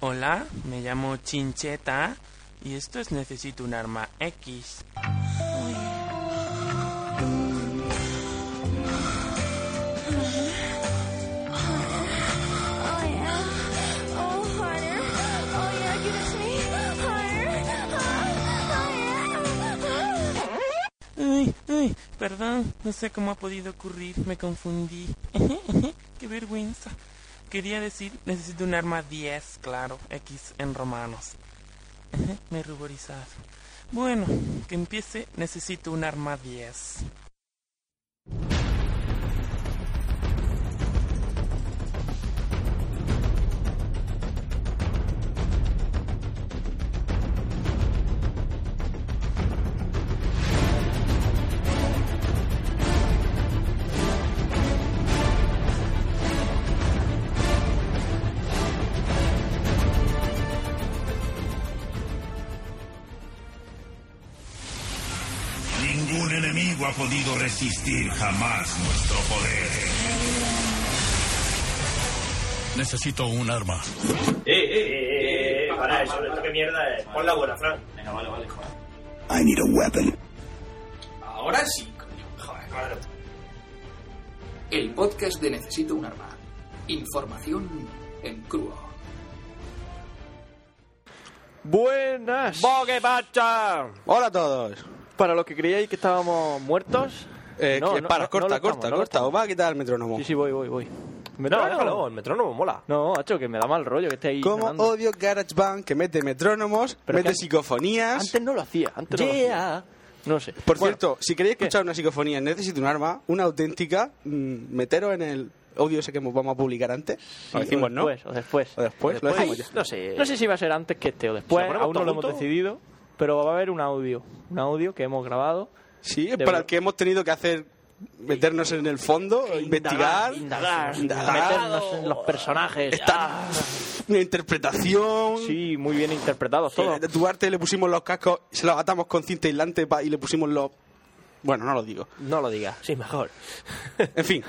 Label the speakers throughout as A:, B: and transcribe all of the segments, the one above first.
A: Hola, me llamo Chincheta y esto es Necesito un arma X. Ay, ay, perdón, no sé cómo ha podido ocurrir, me confundí. Qué vergüenza. Quería decir, necesito un arma 10, claro, X en romanos. me he ruborizado. Bueno, que empiece, necesito un arma 10.
B: Ningún enemigo ha podido resistir jamás nuestro poder.
C: Necesito un arma.
D: Eh, eh, eh, eh, para eso, esta que mierda es. Pon la buena, Fran. Venga, vale, vale, joder.
E: I need a weapon.
D: Ahora sí, coño. Joder, claro.
F: El podcast de Necesito un arma. Información en crudo.
G: Buenas.
H: ¡Qué pacha!
G: Hola a todos. Para los que creíais que estábamos muertos.
H: Eh,
G: no,
H: que-
G: no,
H: para,
G: no,
H: corta,
G: no lo
H: corta,
G: estamos, no lo
H: corta.
G: estamos.
H: Os va a quitar el metrónomo.
G: Sí, sí, voy, voy, voy.
H: No,
G: Metrónomo.
H: déjalo, el metrónomo mola.
G: No, hacho, que me da mal rollo que estéis.
H: Como
G: ganando.
H: odio GarageBand que mete metrónomos,
G: Pero
H: mete
G: que-
H: psicofonías.
G: Antes no lo hacía, antes
H: Yeah.
G: no lo hacía. No sé.
H: Por
G: Bueno,
H: cierto, si queréis escuchar una psicofonía, necesito un arma, una auténtica, mm, meteros en el audio ese que vamos a publicar antes.
G: sí,
H: Lo decimos,
G: o
H: ¿no?
G: después, O después.
H: O después, lo decimos
G: Ay,
H: ya.
G: No sé. No sé si va a ser antes que este o
H: ¿Lo
G: después.
H: ponemos
G: Aún no
H: todo
G: lo hemos
H: junto?
G: decidido. Pero va a haber un audio. Un audio que hemos grabado.
H: Sí, es
G: De
H: para
G: verdad.
H: el que hemos tenido que hacer meternos en el fondo, investigar,
G: Indagar.
H: indagar,
G: Meternos en los personajes. Ah,
H: una interpretación.
G: sí, muy bien interpretados todos.
H: Eh, a Duarte le pusimos los cascos, se los atamos con cinta aislante pa- y le pusimos los. Bueno, no lo digo.
G: No lo digas, sí, mejor.
H: En fin,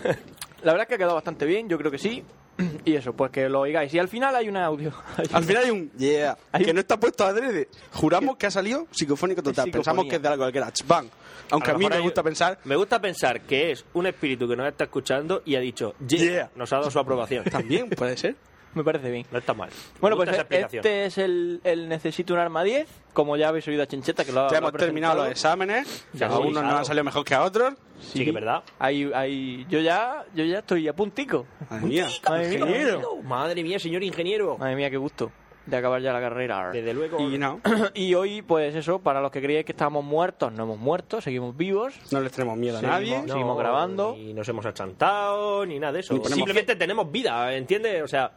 G: La verdad es que ha quedado bastante bien, yo creo que sí. Y eso, pues que lo oigáis. Y al final hay un audio. Hay
H: al
G: un-
H: final hay un. Yeah,
G: Hay
H: que
G: un-
H: no está puesto adrede. Juramos que ha salido psicofónico total.
G: psicofonía.
H: Pensamos que es de algo del Garage Bang. Aunque a,
I: lo
H: mí
I: mejor
H: me
I: hay-
H: gusta pensar.
I: Me gusta pensar que es un espíritu que nos está escuchando y ha dicho, yeah,
H: Yeah.
I: nos ha dado su aprobación.
H: También, puede ser.
G: Me parece bien.
I: No está mal. Me
G: Bueno,
I: gusta
G: pues
I: esa explicación.
G: este es el, el Necesito un arma 10. Como ya habéis oído a Chincheta, que lo ha
H: ya
G: lo ha
H: hemos terminado los
G: presentado.
H: exámenes.
I: Ya
H: a
I: lo he
H: unos nos
I: revisado.
H: han salido mejor que a otros.
I: Sí, que es verdad.
G: Ahí, ahí, yo ya, yo ya estoy a puntico.
H: Madre mía.
G: Madre mía.
I: Oh, madre mía, señor ingeniero.
G: Madre mía, qué gusto de acabar ya la carrera.
I: Desde luego.
H: Y no,
G: Y hoy, pues eso, para los que creíais que estábamos muertos, no hemos muerto, seguimos vivos.
H: no les tenemos miedo a
G: Seguimos.
H: nadie.
G: No. seguimos grabando.
I: Ni nos hemos achantado, ni nada de eso.
H: Ni ponemos-
I: Simplemente tenemos vida, ¿entiendes? O sea,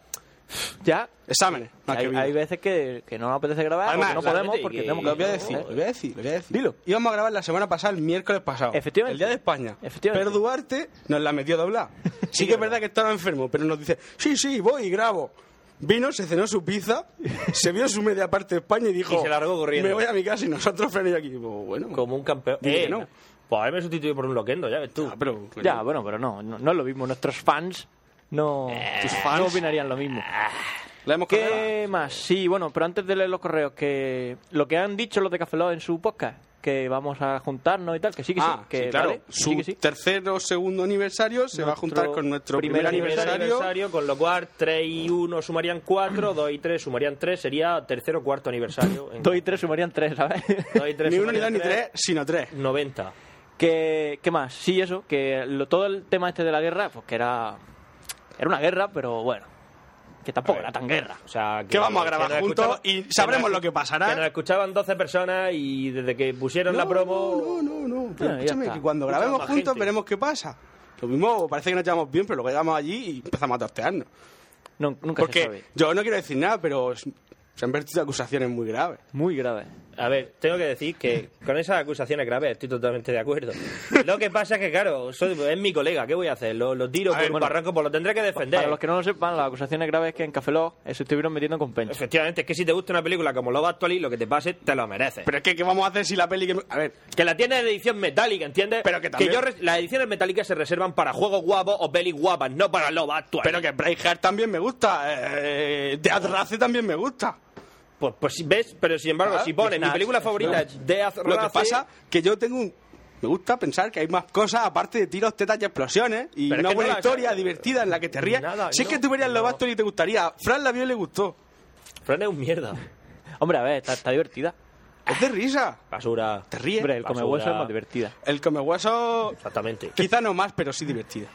G: Ya,
H: Exámenes. más que
G: hay,
H: vida.
G: hay veces que, que no nos apetece grabar,
H: Ah, Además,
G: porque no
I: realmente,
G: podemos, porque
I: que-
G: tenemos que... ¿eh?
H: Lo voy a decir, lo voy a decir, lo voy a decir.
G: Dilo.
H: Íbamos a grabar la semana pasada, el miércoles pasado.
G: Efectivamente.
H: El día de España.
G: Efectivamente.
H: Pero Duarte nos la metió doblada. Sí que es verdad que estaba enfermo, pero nos dice, sí, sí, voy y grabo. Vino, se cenó su pizza, se vio su media parte de España y dijo...
I: Y se largó corriendo.
H: Me voy a mi casa y nosotros, Fran y yo aquí. Digo, bueno,
I: como un campeón.
H: Dime que
I: Eh,
H: no.
I: Pues a mí me sustituye por un loquendo, ya ves tú.
H: Ah, pero,
G: Ya, bueno, pero no, no, no es lo mismo. Nuestros fans no,
H: Eh,
G: no opinarían lo mismo.
H: Ah, La hemos cagado.
G: ¿Qué más? Sí, bueno, pero antes de leer los correos, que lo que han dicho los de Café Lock en su podcast, que vamos a juntarnos y tal, que sí que
H: Ah,
G: sí, que
H: sí, claro.
G: vale, que sí,
H: su
G: que sí.
H: tercer o segundo aniversario se va a juntar con nuestro primer, aniversario.
I: aniversario, con lo cual 3 y 1 sumarían 4, 2 y 3 sumarían 3, sería tercer o cuarto aniversario. En-
G: Dos y tres sumarían tres, ¿sabes?
I: dos y tres
H: Ni uno, ni dos,
I: sumarían
H: ni
I: tres,
H: tres, sino tres.
I: 90.
G: ¿Qué, qué más? Sí, eso, que lo- todo el tema este de la guerra, pues que era. Era una guerra, pero bueno. Que tampoco era tan guerra.
I: O sea,
H: Que vamos a grabar
I: nos
H: juntos
I: escuchaba-
H: y sabremos
I: nos-
H: lo que pasará.
I: Que nos escuchaban 12 personas y desde que pusieron
H: No,
I: la promo.
H: No, no, no. no. Pero
G: Ah, ya
H: escúchame,
G: está.
H: que cuando
I: Escucha
H: grabemos
I: más
H: juntos
I: gente.
H: veremos qué pasa. Lo mismo, parece que nos llevamos bien, pero luego llegamos allí y empezamos a tortearnos.
G: No, nunca se sabe.
H: Porque yo no quiero decir nada, pero s- se han vertido acusaciones muy graves.
G: Muy grave.
I: A ver, tengo que decir que con esas acusaciones graves estoy totalmente de acuerdo. Lo que pasa es que, claro, soy- es mi colega, ¿qué voy a hacer? Lo, lo tiro
G: A
I: por
G: ver,
I: un
G: bueno,
I: barranco, pues lo tendré que defender.
G: Para los que no lo sepan, las acusaciones graves es que en Café Lock eh, se estuvieron metiendo con Pencho.
I: Efectivamente, es que si te gusta una película como Love Actually, lo que te pase, te lo mereces.
H: Pero es que, ¿qué vamos a hacer si la peli que... A ver,
I: Que la tienes en edición metálica, ¿entiendes?
H: Pero que también-
I: yo res- las ediciones metálicas se reservan para juegos guapos o pelis guapas, no para Love Actually.
H: pero que Braveheart también me gusta. Eh, Death Race también me gusta.
I: Pues, pues si ves, pero sin embargo,
H: Claro,
I: si pones mi
H: Snatch,
I: película favorita es Death
H: Lo que
I: Race,
H: pasa que yo tengo un... Me gusta pensar que hay más cosas aparte de tiros, tetas y explosiones y
I: Pero es
H: una
I: que no
H: buena
I: la-
H: historia divertida en la que te rías.
I: Nada,
H: si es
I: no,
H: que tú verías
I: no.
H: Love Actually y te gustaría. Fran la vio y le gustó.
I: Fran es un mierda.
G: Hombre, a ver, está, está divertida.
H: Es de risa.
I: Basura.
H: Te ríes.
G: Hombre, el come hueso
I: basura.
G: es más divertida.
H: El comehueso
I: Exactamente.
H: quizá no más, pero sí divertida.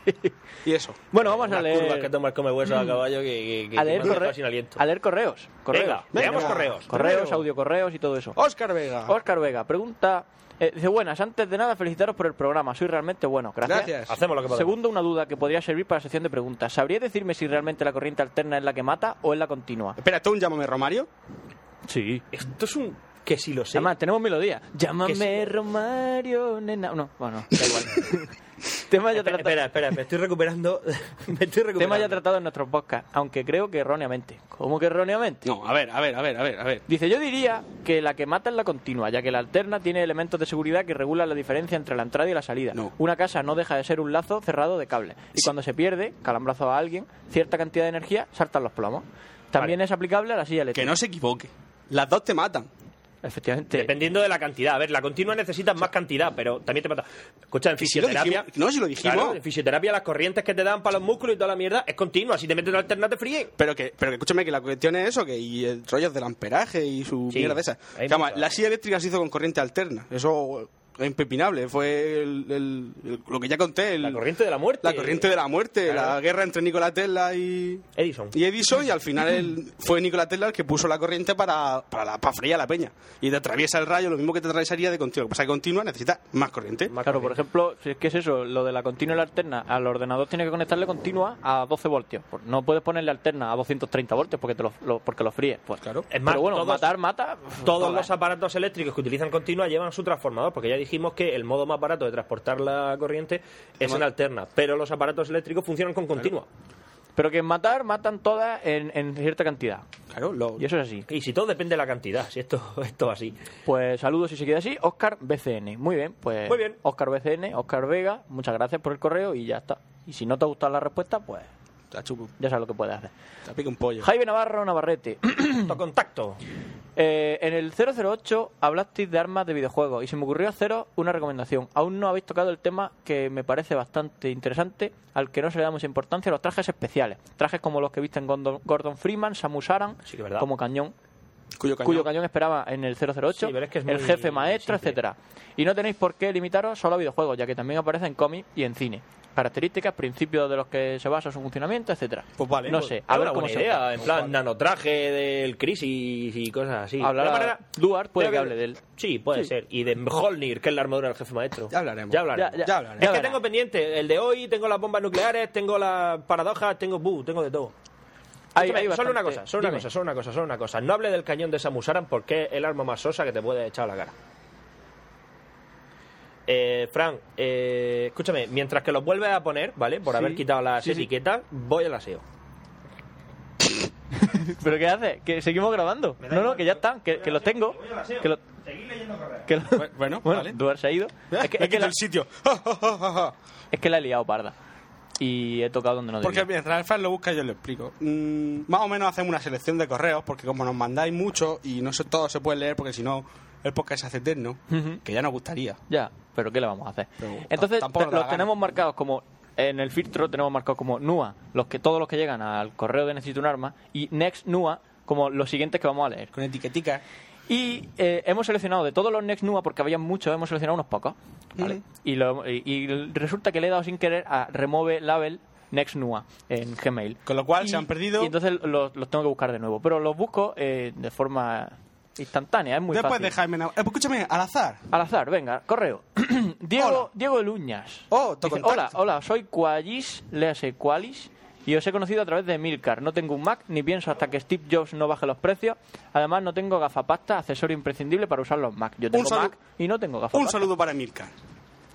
H: Y eso.
G: Bueno, vamos a
I: Las curvas que
G: leer,
I: toma el come hueso a caballo que, que, que
G: Mm. a leer,
I: me deja
G: corre-
I: sin aliento.
G: a leer correos. correos.
I: Venga, veamos correos.
G: Correos,
H: Primero.
G: audio correos y todo eso.
H: Oscar Vega.
G: Óscar Vega pregunta. eh, dice, buenas, antes de nada felicitaros por el programa, soy realmente bueno, gracias.
H: Gracias.
I: Hacemos lo que podemos.
G: Segundo, una duda que podría servir para la sección de preguntas. ¿Sabríais decirme si realmente la corriente alterna es la que mata o es la continua?
H: Espera, ¿esto es un llámame Romario?
G: Sí.
I: Esto es un... Que si lo sé.
G: Además, tenemos melodía. Llámame
I: Que
G: Romario, nena. No, bueno, da igual. tema, ya
I: espera,
G: tratado,
I: espera, espera, me estoy recuperando. me estoy recuperando.
G: tema ya tratado en nuestros podcasts, aunque creo que erróneamente. ¿Cómo que erróneamente?
H: No, a ver, a ver, a ver, a ver, a ver.
G: Dice, yo diría que la que mata es la continua, ya que la alterna tiene elementos de seguridad que regulan la diferencia entre la entrada y la salida.
H: No.
G: Una casa no deja de ser un lazo cerrado de cables. Y cuando se pierde, calambrazo a alguien, cierta cantidad de energía, saltan los plomos. También es aplicable a la silla
H: Que
G: eléctrica.
H: no se equivoque. Las dos te matan.
G: Efectivamente.
I: Dependiendo de la cantidad. A ver, la continua necesitas más cantidad, pero también te mata. Escucha, en
H: Que si lo
I: fisioterapia.
H: dijimos- no, si lo dijimos.
I: Claro, en fisioterapia las corrientes que te dan para los músculos y toda la mierda es continua. Si te metes una alternate fríe.
H: Pero que, pero que escúchame que la cuestión es eso, que y el rollo del amperaje y su
I: Sí,
H: mierda esa.
I: hay
H: Que, vamos,
I: mucho.
H: la silla eléctrica se hizo con corriente alterna. Eso es impepinable. Fue el- el- el- lo que ya conté. el-
I: La corriente de la muerte.
H: la corriente de la muerte,
I: Claro.
H: la guerra entre Nikola Tesla y,
I: Edison.
H: y Edison. Y al final él- fue Nikola Tesla el que puso la corriente para, para, la, para freír a la peña. Y te atraviesa el rayo, lo mismo que te atravesaría de continua. Lo que pasa es que continua necesita más corriente.
G: Claro, por ejemplo, si es que es eso, lo de la continua y la alterna, al ordenador tiene que conectarle continua a 12 voltios. Por- No puedes ponerle alterna a 230 voltios porque te lo, lo- porque lo fríes. Pues.
H: Claro.
I: Es más,
G: Pero bueno,
I: todos-
G: matar, mata.
I: Todos
G: joder.
I: los aparatos eléctricos que utilizan continua llevan su transformador, porque ya dijimos que el modo más barato de transportar la corriente es en alterna, pero los aparatos eléctricos funcionan con continua.
G: Pero que en matar, matan todas en, en cierta cantidad.
H: Claro, lo-
G: Y eso es así.
I: Y si todo depende de la cantidad, si esto esto es así.
G: Pues saludos si se queda así. Oscar BCN. Muy bien, pues.
I: Muy bien.
G: Oscar BCN, Oscar Vega, muchas gracias por el correo y ya está. Y si no te ha gustado la respuesta, pues
H: te chupo,
G: ya sabes lo que puedes hacer.
H: te pica un pollo.
G: Jaime Navarro Navarrete.
I: Esto contacto.
G: Eh, en el 008 hablasteis de armas de videojuegos y se me ocurrió haceros una recomendación. Aún no habéis tocado el tema que me parece bastante interesante, al que no se le da mucha importancia, los trajes especiales. Trajes como los que visten Gordon, Gordon Freeman, Samus Aran,
I: Sí, que verdad.
G: como cañón,
H: Cuyo cañón.
G: cuyo cañón esperaba en el 008,
I: Sí, pero es que es
G: el
I: muy
G: jefe maestro,
I: simple.
G: etcétera. Y no tenéis por qué limitaros solo a videojuegos, ya que también aparece en cómics y en cine. Características, principios de los que se basa su funcionamiento, etcétera.
H: Pues vale,
G: no
H: pues,
G: sé, a
I: Habrá
G: ver
I: una
G: cómo
I: buena
G: se
I: idea, eh.
G: trata.
I: en plan nanotraje del crisis y cosas así.
G: Hablará
I: De manera-
G: Duarte, puede
I: creo
G: que hable de él.
I: Sí, puede ser. Y de Mjolnir, que es la armadura del jefe maestro.
H: Ya hablaremos.
I: Ya hablaremos.
G: Ya-
H: ya hablaremos.
I: Es
G: Ya
I: que
G: verás.
I: tengo pendiente el de hoy, tengo las bombas nucleares, tengo las paradojas, tengo bu, tengo de todo.
G: Hay-
I: Escúchame,
G: hay
I: solo una
G: bastante-
I: cosa, solo una
G: Dime.
I: cosa, solo una cosa, solo una cosa. No hable del cañón de Samusaran porque es el arma más sosa que te puede echar a la cara. Eh, Fran, eh, escúchame, mientras que los vuelves a poner, ¿vale? Por
G: Sí,
I: haber quitado las
G: sí, sí.
I: etiquetas, voy al aseo.
G: ¿Pero qué hace? ¿Que seguimos grabando? No, no, que ya están, que, que los tengo. Que lo- que lo-
H: Bu- bueno, vale.
G: Duarte se ha ido. Es que,
H: Me
G: es, que
H: quito
G: la,
H: el sitio. Ja, ja, ja, ja, ja.
G: es que la he liado parda. Y he tocado donde no
H: Porque
G: debía.
H: mientras el fan lo busca, yo lo explico. Mm, más o menos hacemos una selección de correos, porque como nos mandáis mucho y no se- todo se puede leer, porque si no, el podcast se hace eterno,
G: Ujú.
H: que ya nos gustaría.
G: Ya, pero ¿qué le vamos a hacer?
H: Pero t-
G: Entonces, te-
H: tampoco nos da
G: los
H: gana.
G: tenemos marcados como. En el filtro tenemos marcados como NUA, los que, todos los que llegan al correo de Necesito un arma, y Next NUA como los siguientes que vamos a leer.
H: Con etiquetica.
G: Y eh, hemos seleccionado de todos los Next Nua, porque había muchos, hemos seleccionado unos pocos. ¿vale? Y, lo- y- y resulta que le he dado sin querer a remove label Next Nua en Gmail.
H: Con lo
G: Y-
H: cual Ah, se han perdido.
G: Y entonces los, los tengo que buscar de nuevo. Pero los busco eh, de forma instantánea, es muy
H: Después
G: fácil.
H: de Jaime Nav- eh, Escúchame, al azar.
G: Al azar, venga, correo. Diego,
H: Hola.
G: Diego Luñas.
H: Oh, tu
G: Dice,
H: contacto.
G: hola, hola, soy Qualis, le hace Qualis, Y os he conocido a través de Milcar. No tengo un Mac, ni pienso hasta que Steve Jobs no baje los precios. Además, no tengo gafapasta, accesorio imprescindible para usar los Mac. Yo tengo
H: salu-
G: Mac y no tengo gafapasta.
H: Un saludo para Emilcar.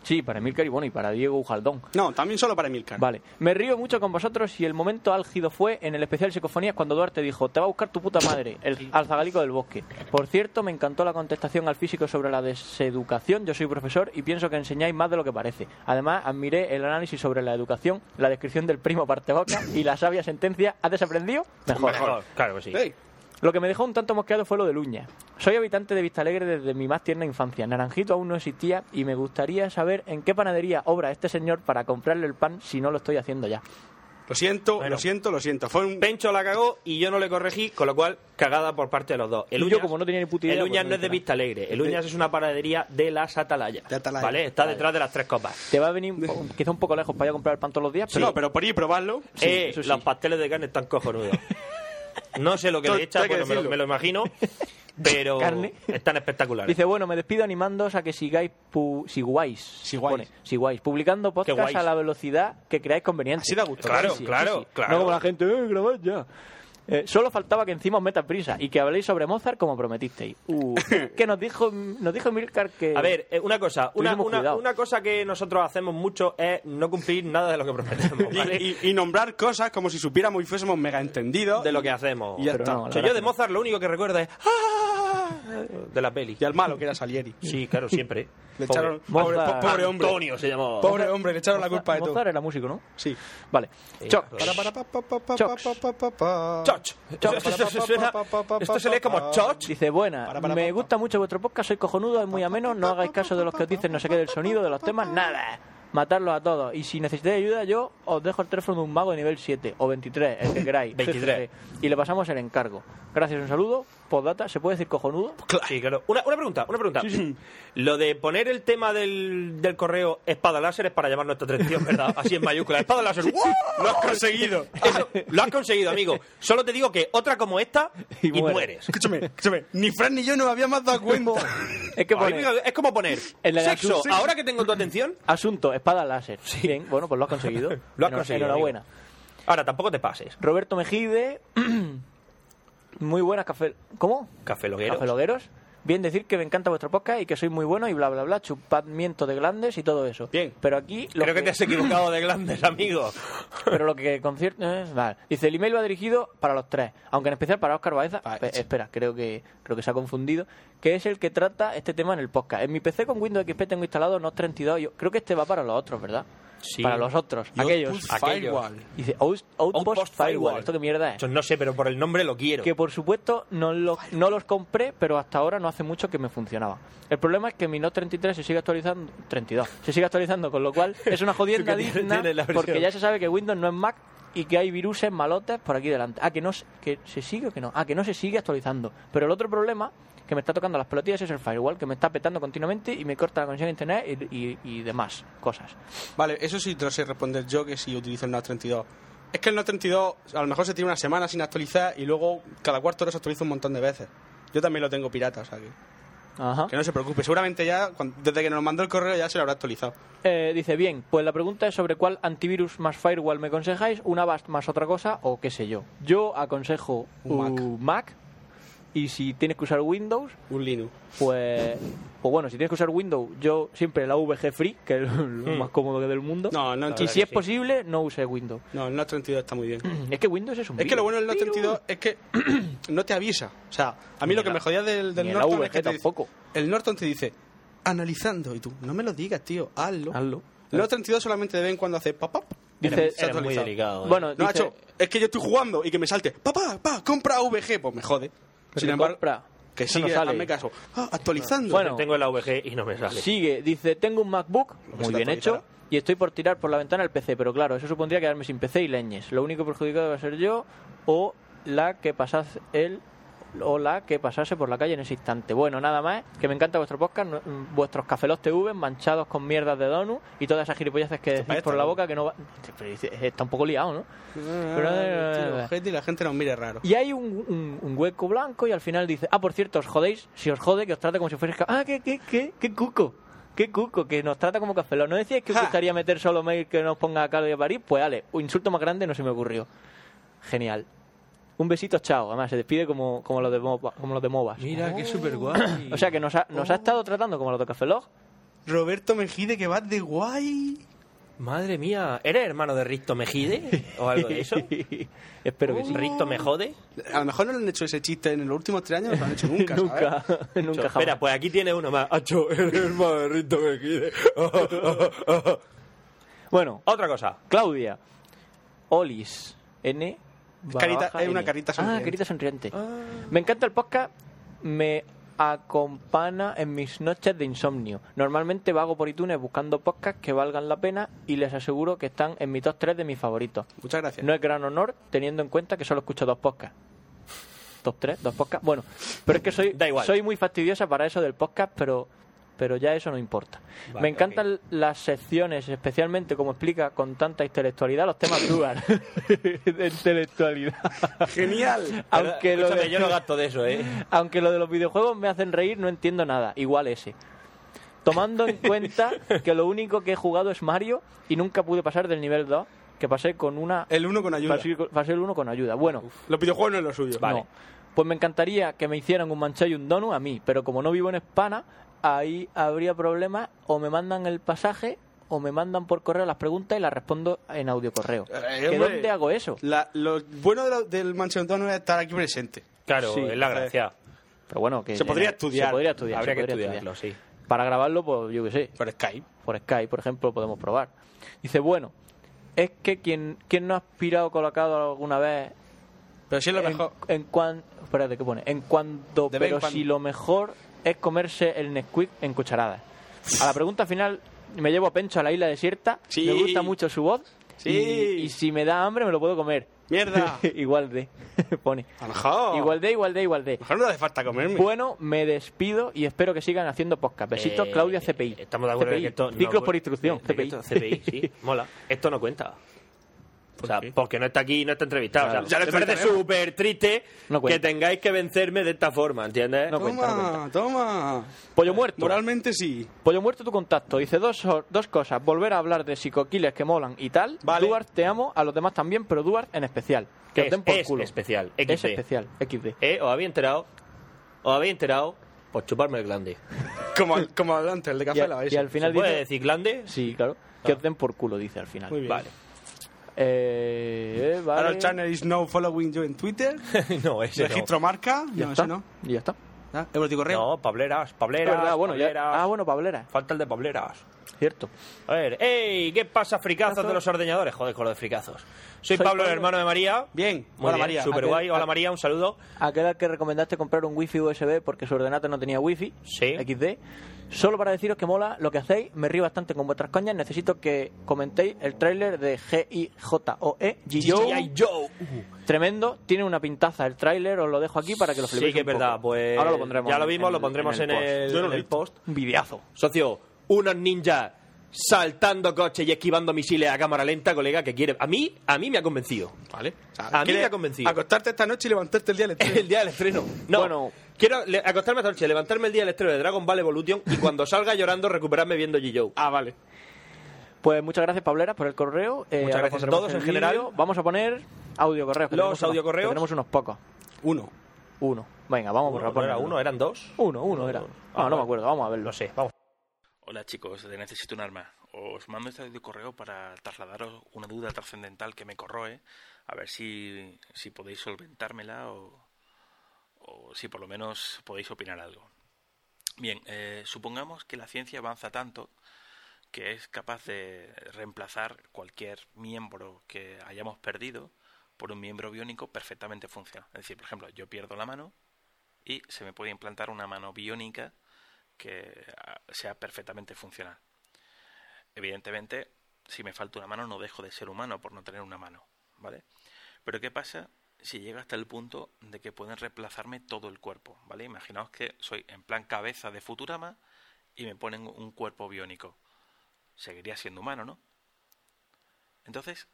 G: Sí, para Milcar y bueno, y para Diego Ujaldón.
H: No, también solo para Emilcar.
G: Vale, me río mucho con vosotros y el momento álgido fue en el especial Psicofonías cuando Duarte dijo, te va a buscar tu puta madre, el, al zagalico del bosque. Por cierto, me encantó la contestación al físico sobre la deseducación, yo soy profesor y pienso que enseñáis más de lo que parece. Además, admiré el análisis sobre la educación, la descripción del primo parte boca y la sabia sentencia, ¿has desaprendido? Mejor.
I: Mejor, claro que sí.
H: Ey,
G: Lo que me dejó un tanto mosqueado fue lo de Luña. Soy habitante de Vistalegre desde mi más tierna infancia. Naranjito aún no existía y me gustaría saber en qué panadería obra este señor para comprarle el pan si no lo estoy haciendo ya.
H: lo siento,
I: Bueno.
H: lo siento, lo siento. Fue un...
I: Pencho la cagó y yo no le corregí, con lo cual cagada por parte de los dos. El
G: Y yo,
I: Uñas-
G: como no tenía ni puta idea,
I: El
G: pues,
I: Uñas
G: no
I: no es de
G: hice nada.
I: Vista Alegre, el Uñas es una panadería de las Atalayas.
H: De Atalaya.
I: ¿Vale? Está detrás de las tres copas.
G: Te va a venir un po- quizá un poco lejos para ir a comprar el pan todos los días, pero
H: No, pero por ir probarlo.
I: eh,
G: eso sí.
I: los pasteles de carne están cojonudos. No sé lo que
H: Todo-
I: le echa,
H: todo hay que
I: porque me lo,
H: decirlo.
I: me lo imagino, pero
G: Carne.
I: están espectaculares.
G: dice, bueno, me despido animándoos a que sigáis, pu- siguáis,
H: Siguáis.
G: pone, siguáis, publicando podcast
I: guays.
G: a la velocidad que creáis conveniente.
H: Así da gusto.
I: Claro,
G: Sí, sí,
I: claro,
G: sí, sí.
I: claro.
G: No como la gente, eh, grabad ya. Eh, solo faltaba que encima os metan prisa y que habléis sobre Mozart como prometisteis. Uh, que nos dijo, nos dijo Milcar que...
I: A ver, eh, una cosa, una,
G: Tuviésemos
I: una,
G: cuidado.
I: una cosa que nosotros hacemos mucho es no cumplir nada de lo que prometemos,
H: Y,
I: ¿vale?
H: y- y nombrar cosas como si supiéramos y fuésemos mega entendidos.
I: de lo que hacemos.
H: Y ya
G: Pero
H: está.
G: no, la
I: O sea, yo de Mozart lo único que recuerdo es ¡Ah! de la peli.
H: Y al malo, que era Salieri.
I: Sí, claro, siempre.
H: Le
I: Pobre.
H: echaron...
G: Mozart.
H: Pobre, po- pobre hombre.
I: Antonio se llamaba.
H: Pobre hombre, le echaron la
G: Mozart-
H: culpa de todo.
G: Mozart era músico, ¿no?
H: Sí.
G: Vale. Choc.
H: Para, para, pa, pa, pa, pa,
G: Chocs.
H: pa, pa, pa, pa.
I: Choch.
H: Choc.
I: Esto, esto se suena- esto se lee como Choch.
G: Dice, buena,
H: Para, para,
G: me
H: para,
G: gusta mucho vuestro podcast, sois cojonudo, es muy ameno, no hagáis caso de los que os dicen no sé qué del sonido, de los temas, nada. Matarlos a todos. Y si necesitáis ayuda, yo os dejo el teléfono de un mago de nivel 7 o 23, el que queráis.
I: 23.
G: Y le pasamos el encargo. Gracias, un saludo. Postdata, ¿se puede decir cojonudo?
I: Sí, claro. Una, una pregunta, una pregunta. Lo de poner el tema del, del correo espada láser es para llamar nuestra atención, ¿verdad? Así en mayúscula. Espada láser. ¡guau!
H: Lo has conseguido.
I: Eso, lo has conseguido, amigo. Solo te digo que otra como esta y,
G: Y mueres.
I: mueres.
H: Escúchame, escúchame. Ni Fran ni yo nos habíamos dado cuenta.
G: Es que
I: Ay,
G: pone,
I: mira, es como poner
G: En la de
I: sexo.
G: Jesús.
I: Ahora que tengo tu atención,
G: asunto, espada láser. Bien, bueno, pues lo has conseguido.
I: Lo has
G: Enhor-
I: conseguido,
G: Enhorabuena.
I: ahora tampoco te pases.
G: Roberto Mejide, muy buenas café... ¿Cómo?
I: Café Loguero.
G: Cafelogueros. Bien decir que me encanta vuestro podcast y que sois muy buenos y bla, bla, bla, chupadmiento de glandes y todo eso.
H: Bien.
G: Pero aquí... Lo
I: Creo que te has equivocado de glandes, amigo.
G: Pero lo que concierne... eh, vale. Dice, el email va dirigido para los tres, aunque en especial para Oscar Baeza...
H: Ah,
G: Pe-
H: sí.
G: espera, creo que, creo que se ha confundido. Que es el que trata este tema en el podcast. En mi PC con Windows XP tengo instalado NOS 32. Yo creo que este va para los otros, ¿verdad?
I: Sí.
G: Para los otros,
H: Y
G: aquellos.
H: Outpost Firewall.
G: Dice, Out- Outpost, Firewall. ¿Esto qué mierda es?
I: Yo no sé, pero por el nombre lo quiero.
G: que por supuesto no, lo- no los compré, pero hasta ahora no hace mucho que me funcionaba. El problema es que mi Note 33 se sigue actualizando, 32, se sigue actualizando, con lo cual es una jodienda
I: Tú que tienes-
G: digna
I: tienes la versión.
G: porque ya se sabe que Windows no es Mac y que hay viruses malotes por aquí delante. Ah, que no se- que se sigue o que no. Ah, que no se sigue actualizando. Pero el otro problema que me está tocando las pelotillas es el firewall, que me está petando continuamente y me corta la conexión a internet y, y- y demás cosas.
H: Vale, eso sí te lo sé responder yo, que si utilizo el NAS 32. Es que el NAS 32 a lo mejor se tiene una semana sin actualizar y luego cada cuarto hora se actualiza un montón de veces. Yo también lo tengo pirata, o sea que,
G: Ajá.
H: que no se preocupe. Seguramente ya, cuan- desde que nos mandó el correo, ya se lo habrá actualizado.
G: Eh, dice, bien, pues la pregunta es sobre cuál antivirus más firewall me aconsejáis, una Avast más otra cosa o qué sé yo. Yo aconsejo
H: Un
G: un Mac. y si tienes que usar Windows,
H: Un Linux.
G: pues, pues bueno, si tienes que usar Windows, yo siempre la VG Free, que es lo más cómodo que del mundo.
H: Mm. No, no,
G: y
H: entonces-
G: si es posible, no use Windows.
H: No, el NAS 32 está muy bien.
G: Es que Windows es un
H: Es que lo bueno del NAS
G: virus.
H: 32 es que no te avisa. O sea, a mí lo que me jodía del, del
G: ni el
H: Norton
G: AVG
H: es que te dice-
G: tampoco.
H: el Norton te dice, analizando, y tú, no me lo digas, tío, hazlo.
G: Hazlo.
H: El NAS 32 solamente de vez en cuando hace papá.
G: Dice-
H: se ha
I: Eres muy
H: actualizado.
I: delicado. ¿eh?
G: Bueno,
H: No,
G: dice,
H: Nacho, es que yo estoy jugando y que me salte, papá, pa, compra VG, pues me jode.
G: pero
H: Sin embargo,
G: compra.
H: que
G: Eso
H: sí,
G: no sale.
H: hazme caso. Ah, actualizando.
G: Bueno.
I: tengo el AVG y no me sale.
G: Sigue, dice, tengo un MacBook,
H: que
G: muy
H: se
G: bien
H: actualizará.
G: hecho, y estoy por tirar por la ventana el PC, pero claro, eso supondría quedarme sin PC y leñes. Lo único perjudicado va a ser yo o la que pasase el o la que pasase por la calle en ese instante. Bueno, nada más, que me encanta vuestro podcast, no- mm, vuestros cafelos TV manchados con mierdas de donut y todas esas gilipolleces que decís
H: parece,
G: por la
H: ¿no?
G: boca que no va... Pero dice, Está un poco liado, ¿no? eh,
H: Ah, tío, ojete, y la gente nos mire raro.
G: Y hay un, un- un hueco blanco y al final dice, ah, por cierto, os jodéis, si os jode, que os trate como si fuerais... ca- Ah, ¿qué, qué, qué? ¿Qué cuco? Qué cuco, que nos trata como café. ¿No decías que os
H: Ja.
G: gustaría meter solo mail que nos ponga a Carlos de París? Pues dale, un insulto más grande no se me ocurrió. Genial. Un besito, chao. Además, se despide como, como los de Moba- como los de Mobas. Oh.
J: Mira, qué súper guay.
G: O sea, que nos ha, nos ha estado tratando como los de Café Lock.
H: Roberto Mejide, que vas de guay.
I: Madre mía, ¿eres hermano de Ricto Mejide? ¿O algo de eso?
G: Espero
J: Oh.
G: que sí.
I: ¿Ricto me jode?
H: A lo mejor no le han hecho ese chiste en los últimos tres años, no lo han hecho nunca, ¿sabes?
G: nunca,
J: ¿eh?
G: nunca jamás.
I: Espera, pues aquí tiene uno más. Acho, eres hermano de Ricto Mejide.
G: Bueno,
I: Otra cosa.
G: Claudia. Olis. N. barra
H: carita-
G: baja,
H: es una
G: N.
H: carita sonriente.
G: Ah, carita sonriente. Me encanta el podcast. Me acompaña en mis noches de insomnio. Normalmente vago por iTunes buscando podcasts que valgan la pena y les aseguro que están en mi top 3 de mis favoritos.
H: Muchas gracias.
G: No es gran honor teniendo en cuenta que solo escucho dos podcasts. Top 3, dos podcasts. Bueno, pero es que soy,
I: Da igual.
G: soy muy fastidiosa para eso del podcast, pero, pero ya eso no importa.
I: Vale,
G: Me encantan las secciones, especialmente como explica con tanta intelectualidad los temas Drugar. de intelectualidad.
H: Genial.
G: Aunque lo,
I: Escúchame,
G: de,
I: yo no gasto de eso, ¿eh?
G: aunque lo de los videojuegos me hacen reír, no entiendo nada. Igual ese. Tomando en cuenta que lo único que he jugado es Mario y nunca pude pasar del nivel 2, que pasé con una
H: El uno con ayuda.
G: Pasé, pasé el uno con ayuda. Bueno,
H: Los videojuegos no es lo suyo.
G: no. Pues me encantaría que me hicieran un manchado y un donut a mí, pero como no vivo en España, ahí habría problemas. O me mandan el pasaje, o me mandan por correo las preguntas y las respondo en audio correo.
H: Eh,
G: ¿Que
H: hombre.
G: ¿Dónde hago eso?
H: La- lo bueno de la- del Mansion Dono es estar aquí presente.
I: Claro,
G: Sí.
I: es la gracia.
G: Pero bueno, que
H: Se podría estudiar.
G: Se podría estudiar.
I: Habría
G: se
I: que
G: podría
I: estudiarlo,
G: estudiar.
I: sí.
G: Para grabarlo, pues yo qué sé,
H: Por Skype.
G: por Skype, por ejemplo, podemos probar. Dice, bueno, es que quien, quien no ha aspirado o colocado alguna vez
H: Pero sí es lo mejor.
G: En, en cuan- espérate, ¿qué pone? En cuanto,
H: De vez en
G: pero
H: cuando.
G: si lo mejor es comerse el Nesquik en cucharadas. A la pregunta final, me llevo a Pencho a la isla desierta.
H: Sí.
G: Me gusta mucho su voz.
H: Sí.
G: Y, y si me da hambre, me lo puedo comer.
I: Ah.
H: ¡Mierda!
G: igual de, pone.
H: A lo mejor.
I: Oh.
G: Igual de, igual de, igual de.
H: A lo mejor no hace falta comerme.
G: Bueno, me despido y espero que sigan haciendo podcast. Besitos,
I: Eh,
G: Claudia CPI.
I: Estamos de acuerdo en
G: CPI,
I: que esto. no
G: Ciclos
I: cu-
G: por instrucción,
I: de- de que
G: CPI.
I: esto- CPI, sí. Mola. Esto no cuenta. O sea,
H: qué?
I: porque no está aquí y no está entrevistado.
G: Claro.
I: O sea,
H: Ya lo
I: me parece
H: entrevistaremos.
I: súper triste
G: No cuenta.
I: que tengáis que vencerme de esta forma, ¿entiendes?
G: No cuenta, no
H: Toma, toma.
G: Pollo muerto.
H: Moralmente sí.
G: Pollo Muerto tu contacto. Dice dos, so- dos cosas. Volver a hablar de psicoquiles que molan y tal.
H: Vale.
G: Duarte te amo, a los demás también, pero Duarte en especial. Que os
I: Es-
G: den por
I: es
G: culo.
I: especial,
G: Es
I: XD.
G: especial. XD.
I: ¿Eh? ¿Os habéis enterado? ¿Os habéis enterado? Por chuparme el glande.
H: Como, al- como adelante, el de
G: Y,
H: café
G: a-
H: la
G: y
H: vais.
G: al final
I: ¿Se puede
G: dice...
I: decir glande?
G: Sí, claro. Que os den por culo, dice al final.
H: Muy bien.
I: Vale.
G: Eh, eh, vale.
H: Harold Channel is now following you en Twitter.
I: no, ese no.
H: Registro marca.
G: Ya
H: No,
G: está.
H: eso no.
G: Y ya está.
H: ¿Ah? Euroticorreo.
I: No, Pableras, Pableras,
G: Ah, bueno, ya-
I: Pableras.
G: ah, bueno, Pablera.
I: Falta el de Pableras.
G: Cierto.
I: A ver, ¡ey! ¿Qué pasa, fricazos de los ordeñadores? Joder, con lo de fricazos. Soy,
G: Soy
I: Pablo, el
G: Pablo.
I: hermano de María.
H: Bien.
I: Muy
H: Hola,
I: bien,
H: María.
I: Super guay. Hola, María, Ah. un saludo.
G: Aquel al que recomendaste comprar un wifi USB porque su ordenador no tenía wifi.
I: Sí.
G: XD. Solo para deciros que mola lo que hacéis, me río bastante con vuestras coñas. Necesito que comentéis el tráiler de G-I-J-O-E.
I: G.I. Joe.
G: Tremendo, tiene una pintaza el tráiler, os lo dejo aquí para que lo flipéis.
I: Sí, que es
G: un poco.
I: verdad. Pues
G: Ahora lo pondremos.
I: Ya lo
G: en-
I: vimos,
G: en
I: lo
G: el-
I: pondremos en el,
G: post.
I: en el post.
G: Un videazo.
I: Socio, unos ninjas saltando coches y esquivando misiles a cámara lenta, colega, que quiere. A mí, a mí me ha convencido.
H: Vale. O sea,
I: A mí
H: ¿quieres
I: me ha convencido.
H: Acostarte esta noche y levantarte el día del estreno?
I: El día del estreno. No.
G: Bueno.
I: Quiero le- acostarme esta noche, levantarme el día del estreno de Dragon Ball Evolution y cuando salga llorando recuperarme viendo G-Joe.
H: Ah, vale.
G: Pues muchas gracias, Pablera, por el correo. Eh,
I: Muchas
G: ahora
I: gracias a
G: pondremos
I: todos
G: el
I: en general.
G: vídeo. Vamos a poner audio correos. que
I: Los
G: tenemos unos-
I: audiocorreos.
G: que Tenemos unos pocos.
H: Uno.
G: Uno. Venga, vamos
I: Uno,
G: a
I: ¿no
G: poner
I: era uno, eran dos.
G: Uno, uno era. Ah, no me acuerdo, vamos a verlo.
I: No sé, vamos.
K: Hola chicos, de Necesito un Arma. Os mando este audio correo para trasladaros una duda trascendental que me corroe, a ver si, si podéis solventármela o, o si por lo menos podéis opinar algo. Bien, eh, supongamos que la ciencia avanza tanto que es capaz de reemplazar cualquier miembro que hayamos perdido por un miembro biónico perfectamente funcional. Es decir, por ejemplo, yo pierdo la mano y se me puede implantar una mano biónica que ah, sea perfectamente funcional. Evidentemente, si me falta una mano, no dejo de ser humano por no tener una mano, ¿vale? Pero ¿qué pasa si llega hasta el punto de que pueden reemplazarme todo el cuerpo, ¿vale? Imaginaos que soy en plan cabeza de Futurama y me ponen un cuerpo biónico. Seguiría siendo humano, ¿no? Entonces,